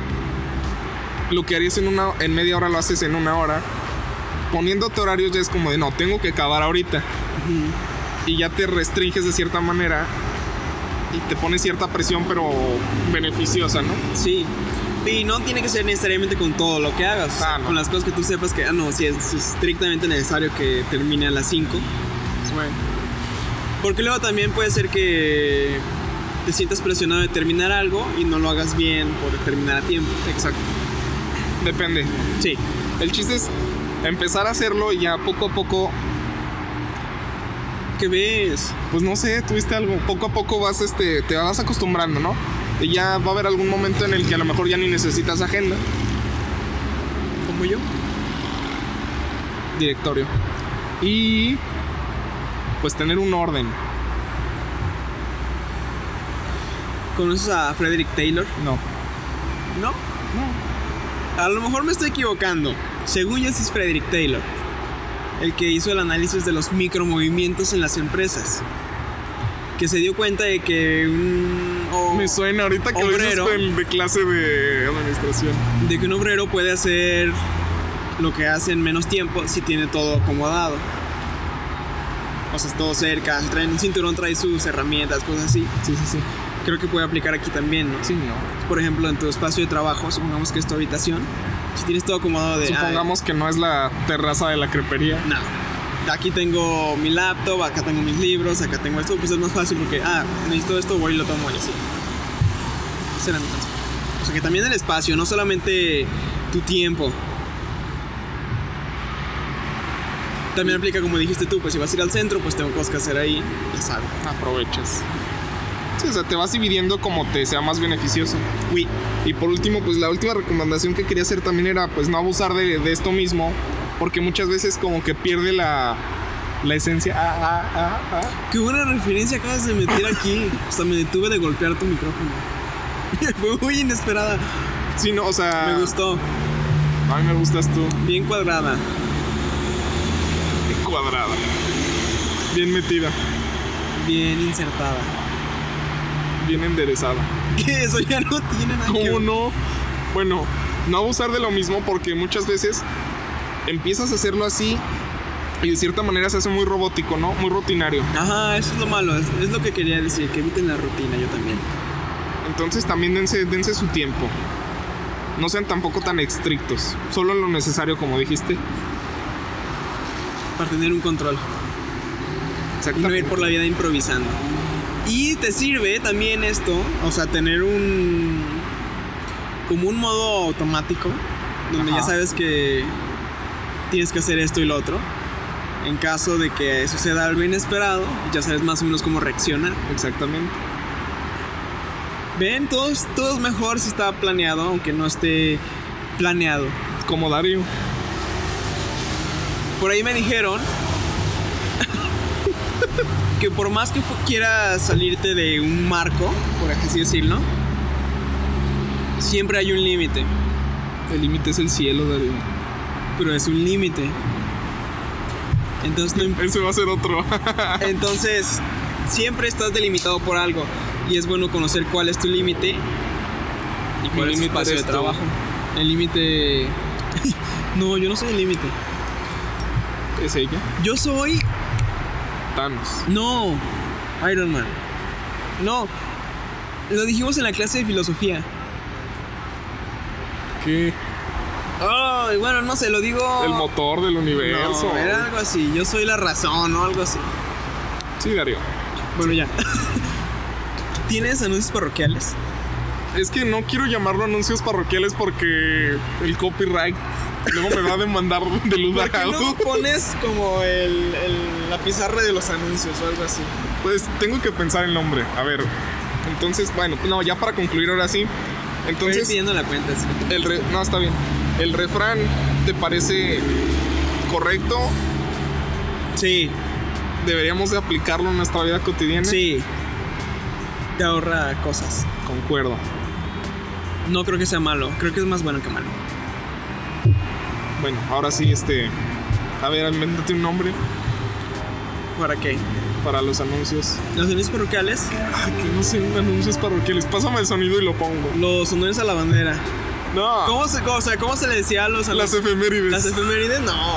[SPEAKER 1] lo que harías en una en media hora lo haces en una hora. Poniéndote horarios ya es como de no, tengo que acabar ahorita
[SPEAKER 2] Ujú.
[SPEAKER 1] y ya te restringes de cierta manera y te pones cierta presión pero beneficiosa, ¿no?
[SPEAKER 2] Sí. Y no tiene que ser necesariamente con todo lo que hagas.
[SPEAKER 1] Ah, no.
[SPEAKER 2] Con las cosas que tú sepas que, ah, no, si es estrictamente necesario que termine a las 5. Porque luego también puede ser que te sientas presionado de terminar algo y no lo hagas bien por terminar a tiempo.
[SPEAKER 1] Exacto. Depende.
[SPEAKER 2] Sí.
[SPEAKER 1] El chiste es empezar a hacerlo y ya poco a poco,
[SPEAKER 2] ¿Qué ves?
[SPEAKER 1] pues no sé, tuviste algo, poco a poco vas este te vas acostumbrando, ¿no? Y ya va a haber algún momento en el que a lo mejor ya ni necesitas agenda.
[SPEAKER 2] Como yo.
[SPEAKER 1] Directorio. Y pues tener un orden.
[SPEAKER 2] ¿Conoces a Frederick Taylor?
[SPEAKER 1] No.
[SPEAKER 2] No. A lo mejor me estoy equivocando. Según yo, sí es Frederick Taylor, el que hizo el análisis de los micromovimientos en las empresas. Que se dio cuenta de que un. o-
[SPEAKER 1] Me suena ahorita que
[SPEAKER 2] Obrero.
[SPEAKER 1] lo dices del- de clase de administración.
[SPEAKER 2] de que un obrero puede hacer lo que hace en menos tiempo si tiene todo acomodado. O sea, es todo cerca, traen un cinturón, trae sus herramientas, cosas así.
[SPEAKER 1] Sí, sí, sí.
[SPEAKER 2] Creo que puede aplicar aquí también, ¿no?
[SPEAKER 1] Sí, no.
[SPEAKER 2] Por ejemplo, en tu espacio de trabajo, supongamos que es tu habitación, si tienes todo acomodado de... ah,
[SPEAKER 1] Supongamos que no es la terraza de la crepería.
[SPEAKER 2] No. Aquí tengo mi laptop, acá tengo mis libros, acá tengo esto, pues es más fácil porque, ah, necesito esto, voy y lo tomo y así. Será mi consejo. O sea que también el espacio, no solamente tu tiempo. También aplica como dijiste tú, pues si vas a ir al centro, pues tengo cosas que hacer ahí, ya sabes.
[SPEAKER 1] Aprovechas. Sí, o sea, te vas dividiendo como te sea más beneficioso.
[SPEAKER 2] Oui.
[SPEAKER 1] Y por último, pues la última recomendación que quería hacer también era pues no abusar de, de esto mismo, porque muchas veces como que pierde la, la esencia. Ah, ah, ah, ah.
[SPEAKER 2] Qué buena referencia acabas de meter aquí. Hasta me detuve de golpear tu micrófono. Fue muy inesperada.
[SPEAKER 1] Sí, no, o sea,
[SPEAKER 2] Me gustó.
[SPEAKER 1] a mí me gustas tú.
[SPEAKER 2] Bien cuadrada.
[SPEAKER 1] Bien cuadrada. Bien metida,
[SPEAKER 2] Bien insertada.
[SPEAKER 1] bien enderezada.
[SPEAKER 2] Que eso ya no tiene nada que
[SPEAKER 1] ¿Cómo
[SPEAKER 2] ver.
[SPEAKER 1] no? Bueno, no abusar de lo mismo porque muchas veces empiezas a hacerlo así y de cierta manera se hace muy robótico, ¿no? Muy rutinario.
[SPEAKER 2] Ajá, eso es lo malo, es, es lo que quería decir, que eviten la rutina, yo también.
[SPEAKER 1] Entonces también dense, dense su tiempo. No sean tampoco tan estrictos. Solo lo necesario, como dijiste.
[SPEAKER 2] Para tener un control y
[SPEAKER 1] Exactamente.
[SPEAKER 2] no ir por la vida improvisando. Y te sirve también esto, o sea, tener un. como un modo automático, donde ya
[SPEAKER 1] Ajá.
[SPEAKER 2] sabes que tienes que hacer esto y lo otro. En caso de que suceda algo inesperado, ya sabes más o menos cómo reaccionar.
[SPEAKER 1] Exactamente.
[SPEAKER 2] Ven, todo, es- todo es mejor si está planeado, aunque no esté planeado.
[SPEAKER 1] Como Dario.
[SPEAKER 2] Por ahí me dijeron que por más que fu- quieras salirte de un marco, por así decirlo, siempre hay un límite,
[SPEAKER 1] El límite es el cielo, Dario.
[SPEAKER 2] pero es un límite. Entonces, no im-
[SPEAKER 1] Ese va a ser otro.
[SPEAKER 2] entonces, siempre estás delimitado por algo y es bueno conocer cuál es tu límite y cuál
[SPEAKER 1] Mi
[SPEAKER 2] es tu
[SPEAKER 1] límite
[SPEAKER 2] espacio de
[SPEAKER 1] eres tú.
[SPEAKER 2] trabajo. El límite... no, yo no soy el límite.
[SPEAKER 1] es ella.
[SPEAKER 2] Yo soy
[SPEAKER 1] Thanos.
[SPEAKER 2] No, Iron Man. No, lo dijimos en la clase de filosofía.
[SPEAKER 1] ¿Qué?
[SPEAKER 2] Ay, bueno, no sé, lo digo.
[SPEAKER 1] El motor del universo.
[SPEAKER 2] No, era algo así. Yo soy la razón o algo así.
[SPEAKER 1] Sí, Dario.
[SPEAKER 2] Bueno, ya. ¿Tienes anuncios parroquiales?
[SPEAKER 1] Es que no quiero llamarlo anuncios parroquiales porque el copyright luego me va a demandar de luz
[SPEAKER 2] ¿Por qué
[SPEAKER 1] a
[SPEAKER 2] no pones como el, el- la pizarra de los anuncios o algo así?
[SPEAKER 1] Pues tengo que pensar el nombre. A ver. Entonces, bueno, no, ya para concluir ahora sí.
[SPEAKER 2] Estoy
[SPEAKER 1] Entonces,
[SPEAKER 2] pidiendo la cuenta. sí.
[SPEAKER 1] el re- no está bien. El refrán te parece correcto.
[SPEAKER 2] Sí,
[SPEAKER 1] Deberíamos de aplicarlo en nuestra vida cotidiana.
[SPEAKER 2] sí. Te ahorra cosas.
[SPEAKER 1] Concuerdo.
[SPEAKER 2] No creo que sea malo. Creo que es más bueno que malo.
[SPEAKER 1] Bueno, ahora sí, este. A ver, invéntate un nombre
[SPEAKER 2] ¿Para qué?
[SPEAKER 1] para los anuncios.
[SPEAKER 2] Los anuncios parroquiales
[SPEAKER 1] Ah, que no sé, un anuncio es parroquiales. Pásame el sonido y lo pongo.
[SPEAKER 2] Los honores a la bandera.
[SPEAKER 1] No.
[SPEAKER 2] ¿Cómo se, o sea, ¿cómo se le decía a los a
[SPEAKER 1] Las
[SPEAKER 2] los-
[SPEAKER 1] efemérides.
[SPEAKER 2] las efemérides? No.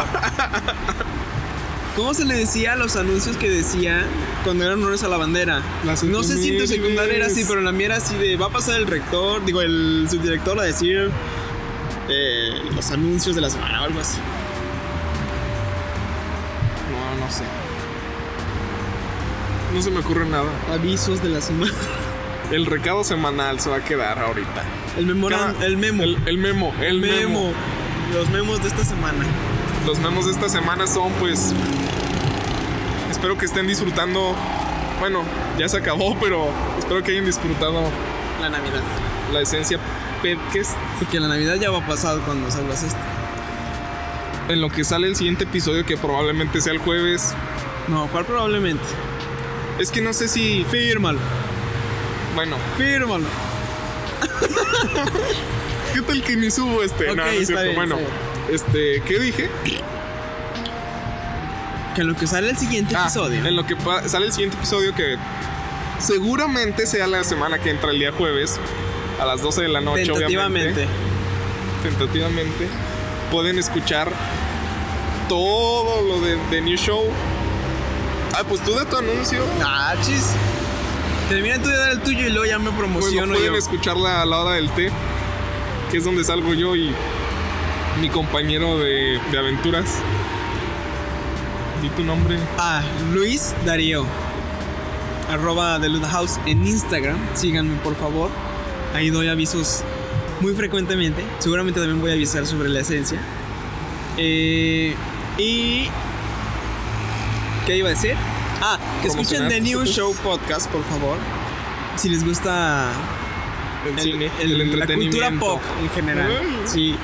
[SPEAKER 2] ¿Cómo se le decía a los anuncios que decía cuando eran honores a la bandera?
[SPEAKER 1] Las
[SPEAKER 2] No sé si en tu
[SPEAKER 1] efemérides.
[SPEAKER 2] secundaria era así, pero en la mía era así de va a pasar el rector, digo, el subdirector a decir eh, los anuncios de la semana o algo así.
[SPEAKER 1] No, no sé. No se me ocurre nada.
[SPEAKER 2] Avisos de la semana.
[SPEAKER 1] El recado semanal se va a quedar ahorita.
[SPEAKER 2] El memoran,
[SPEAKER 1] Cada-
[SPEAKER 2] el memo.
[SPEAKER 1] El, el memo, el memo.
[SPEAKER 2] memo. Los memos de esta semana.
[SPEAKER 1] Los memos de esta semana son pues... Espero que estén disfrutando... Bueno, ya se acabó, pero espero que hayan disfrutado
[SPEAKER 2] la Navidad.
[SPEAKER 1] La esencia pe- que es
[SPEAKER 2] Porque la Navidad ya va a pasar cuando salgas esto.
[SPEAKER 1] en lo que sale el siguiente episodio, que probablemente sea el jueves.
[SPEAKER 2] No, ¿cuál probablemente?
[SPEAKER 1] Es que no sé si.
[SPEAKER 2] Fírmalo,
[SPEAKER 1] Bueno,
[SPEAKER 2] fírmalo.
[SPEAKER 1] ¿qué tal que ni subo este?
[SPEAKER 2] Ok,
[SPEAKER 1] no, no es
[SPEAKER 2] está
[SPEAKER 1] cierto.
[SPEAKER 2] bien,
[SPEAKER 1] bueno,
[SPEAKER 2] está
[SPEAKER 1] este, ¿qué dije?
[SPEAKER 2] Que lo que sale el siguiente
[SPEAKER 1] Ah,
[SPEAKER 2] episodio.
[SPEAKER 1] En lo que pa- sale el siguiente episodio que seguramente sea la semana que entra el día jueves a las 12 de la noche.
[SPEAKER 2] Tentativamente.
[SPEAKER 1] Obviamente, tentativamente. Pueden escuchar todo lo de, de New Show. Ah, pues tú da tu anuncio.
[SPEAKER 2] Ah, chis. Termina tú de dar el tuyo y luego ya me
[SPEAKER 1] Bueno,
[SPEAKER 2] promociono
[SPEAKER 1] Pues pueden
[SPEAKER 2] pues yo.
[SPEAKER 1] escucharla a la hora del té, que es donde salgo yo y mi compañero de, de aventuras. Di tu nombre.
[SPEAKER 2] Ah, Luis Darío. Arroba de Luda House en Instagram. Síganme, por favor. Ahí doy avisos muy frecuentemente. Seguramente también voy a avisar sobre la esencia. Eh, y. ¿Qué iba a decir? Ah, que escuchen
[SPEAKER 1] Promocionar.
[SPEAKER 2] The New Show Podcast, por favor. Si les gusta
[SPEAKER 1] El,
[SPEAKER 2] el-
[SPEAKER 1] cine,
[SPEAKER 2] el-
[SPEAKER 1] el
[SPEAKER 2] la
[SPEAKER 1] entretenimiento.
[SPEAKER 2] cultura pop en general.
[SPEAKER 1] Ay.
[SPEAKER 2] Sí,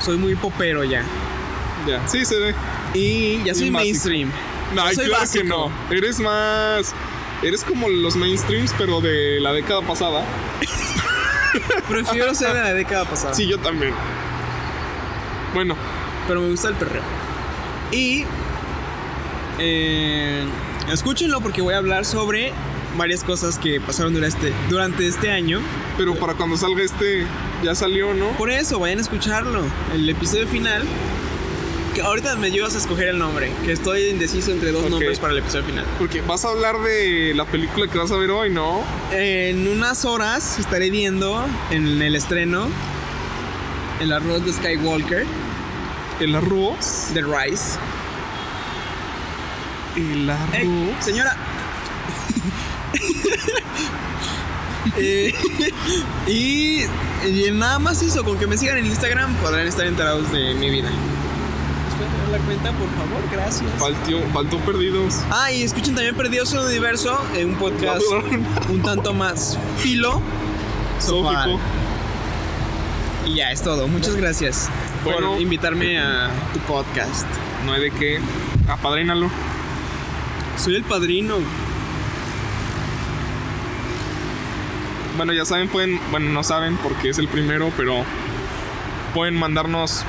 [SPEAKER 2] soy muy popero ya.
[SPEAKER 1] Ya, sí se ve.
[SPEAKER 2] Y ya
[SPEAKER 1] Y
[SPEAKER 2] soy
[SPEAKER 1] básico.
[SPEAKER 2] mainstream.
[SPEAKER 1] No,
[SPEAKER 2] Yo soy
[SPEAKER 1] claro
[SPEAKER 2] básico.
[SPEAKER 1] que no. Eres más. Eres como los mainstreams, pero de la década pasada.
[SPEAKER 2] Prefiero ser de la década pasada.
[SPEAKER 1] Sí, yo también. Bueno,
[SPEAKER 2] pero me gusta el perreo. Y eh, escúchenlo porque voy a hablar sobre varias cosas que pasaron durante este, durante este año.
[SPEAKER 1] pero para cuando salga este, ya salió, ¿no?
[SPEAKER 2] Por eso, vayan a escucharlo. El episodio final. Que ahorita me ayudas a escoger el nombre. Que estoy indeciso entre dos
[SPEAKER 1] Ok.
[SPEAKER 2] nombres para el episodio final.
[SPEAKER 1] Porque vas a hablar de la película que vas a ver hoy, ¿no?
[SPEAKER 2] En unas horas estaré viendo en el estreno El arroz de Skywalker,
[SPEAKER 1] El arroz.
[SPEAKER 2] The Rise.
[SPEAKER 1] El arroz.
[SPEAKER 2] ¡Ey, señora! Eh, y, y nada más eso, con que me sigan en Instagram podrán estar enterados de mi vida. ¿Pueden tener la cuenta, por favor? Gracias.
[SPEAKER 1] Faltió- faltó perdidos.
[SPEAKER 2] Ah, y escuchen también Perdidos en el Universo, eh, un podcast un tanto más filo.
[SPEAKER 1] Sófico.
[SPEAKER 2] Y ya es todo. Muchas gracias
[SPEAKER 1] Bueno.
[SPEAKER 2] por invitarme a tu podcast.
[SPEAKER 1] No hay de qué. Apadrínalo.
[SPEAKER 2] Soy el padrino.
[SPEAKER 1] Bueno, ya saben, pueden, bueno, no saben porque es el primero, pero pueden mandarnos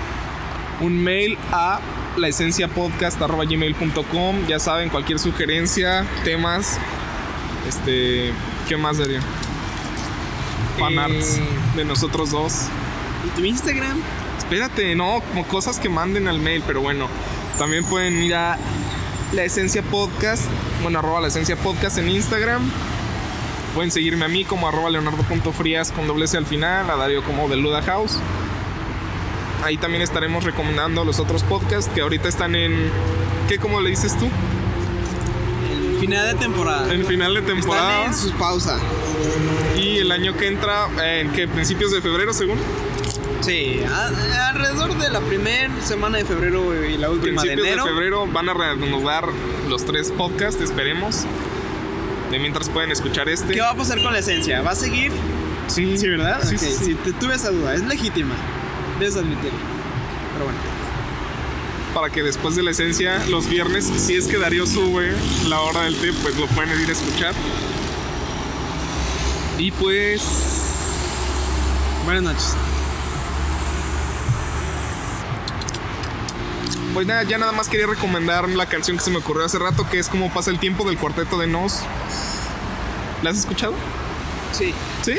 [SPEAKER 1] un mail a laesenciapodcast.gmail.com. Ya saben, cualquier sugerencia, temas, este, ¿qué más sería? Fanarts
[SPEAKER 2] Eh.
[SPEAKER 1] de nosotros dos.
[SPEAKER 2] ¿Y tu Instagram?
[SPEAKER 1] Espérate, no, como cosas que manden al mail, pero bueno, también pueden ir a la esencia podcast, bueno, arroba la esencia podcast en Instagram. Pueden seguirme a mí como arroba leonardo.frías con doble C al final, a Darío como de Luda House. Ahí también estaremos recomendando los otros podcasts que ahorita están en... ¿Qué como le dices tú?
[SPEAKER 2] Final de temporada.
[SPEAKER 1] En final de
[SPEAKER 2] Están
[SPEAKER 1] temporada.
[SPEAKER 2] en sus pausa.
[SPEAKER 1] Y el año que entra, eh, ¿en qué? ¿Principios de febrero según?
[SPEAKER 2] Sí, a- alrededor de la primera semana de febrero y la última de
[SPEAKER 1] principios de,
[SPEAKER 2] enero.
[SPEAKER 1] febrero van a reanudar los tres podcasts, esperemos. De mientras pueden escuchar este.
[SPEAKER 2] ¿Qué va a pasar con la esencia? ¿Va a seguir?
[SPEAKER 1] Sí,
[SPEAKER 2] Sí,
[SPEAKER 1] Sí, sí, sí.
[SPEAKER 2] Si te tuve esa duda, es legítima. Debes admitirlo. Pero bueno.
[SPEAKER 1] Para que después de la esencia, los viernes, si es que Darío sube la hora del té, pues lo pueden ir a escuchar. Y pues.
[SPEAKER 2] Buenas noches.
[SPEAKER 1] Pues nada, ya nada más quería recomendar la canción que se me ocurrió hace rato, que es como pasa el tiempo del cuarteto de Nos. ¿La has escuchado?
[SPEAKER 2] Sí,
[SPEAKER 1] ¿Sí?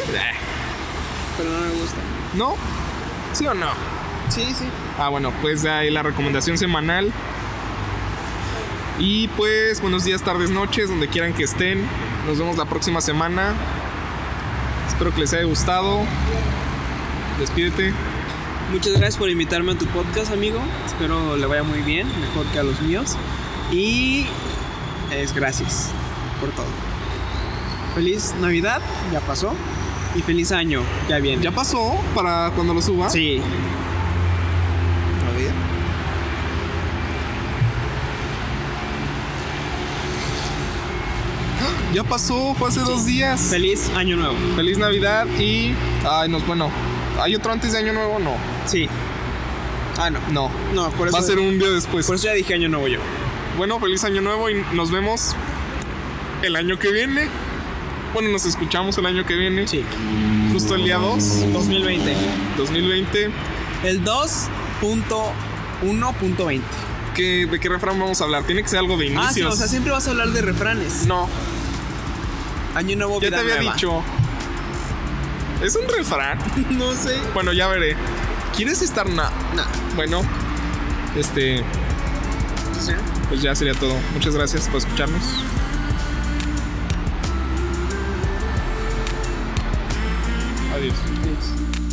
[SPEAKER 2] pero no me gusta.
[SPEAKER 1] ¿No? ¿Sí o no?
[SPEAKER 2] Sí, sí.
[SPEAKER 1] Ah, bueno, pues ahí la recomendación semanal. Y pues buenos días, tardes, noches, donde quieran que estén. Nos vemos la próxima semana. Espero que les haya gustado. Despídete.
[SPEAKER 2] Muchas gracias por invitarme a tu podcast, amigo. Espero le vaya muy bien, mejor que a los míos. Y es gracias por todo. Feliz Navidad, ya pasó. Y feliz año, ya viene.
[SPEAKER 1] ¿Ya pasó para cuando lo suba?
[SPEAKER 2] Sí. Navidad.
[SPEAKER 1] Ya pasó, fue hace dos días.
[SPEAKER 2] Feliz año nuevo.
[SPEAKER 1] Feliz Navidad y. Ay, no, bueno. ¿Hay otro antes de Año Nuevo? No.
[SPEAKER 2] Sí. Ah, no.
[SPEAKER 1] No.
[SPEAKER 2] No, por eso.
[SPEAKER 1] Va a ser un día después.
[SPEAKER 2] Por eso ya dije año nuevo yo.
[SPEAKER 1] Bueno, feliz año nuevo y nos vemos el año que viene. Bueno, nos escuchamos el año que viene.
[SPEAKER 2] Sí.
[SPEAKER 1] Justo el día 2,
[SPEAKER 2] 2020.
[SPEAKER 1] 2020.
[SPEAKER 2] El 2.1.20.
[SPEAKER 1] ¿Qué, ¿De qué refrán vamos a hablar? Tiene que ser algo de
[SPEAKER 2] Ah, sí, o
[SPEAKER 1] inicios.
[SPEAKER 2] sea, siempre vas a hablar de refranes.
[SPEAKER 1] no,
[SPEAKER 2] Año
[SPEAKER 1] ya
[SPEAKER 2] nuevo,
[SPEAKER 1] te
[SPEAKER 2] vida
[SPEAKER 1] había
[SPEAKER 2] nueva.
[SPEAKER 1] dicho. Es un refrán.
[SPEAKER 2] no sé.
[SPEAKER 1] Bueno, ya veré. ¿Quieres estar na?
[SPEAKER 2] Nah.
[SPEAKER 1] Bueno, este, pues ya sería todo. Muchas gracias por escucharnos. Adiós.
[SPEAKER 2] Sí.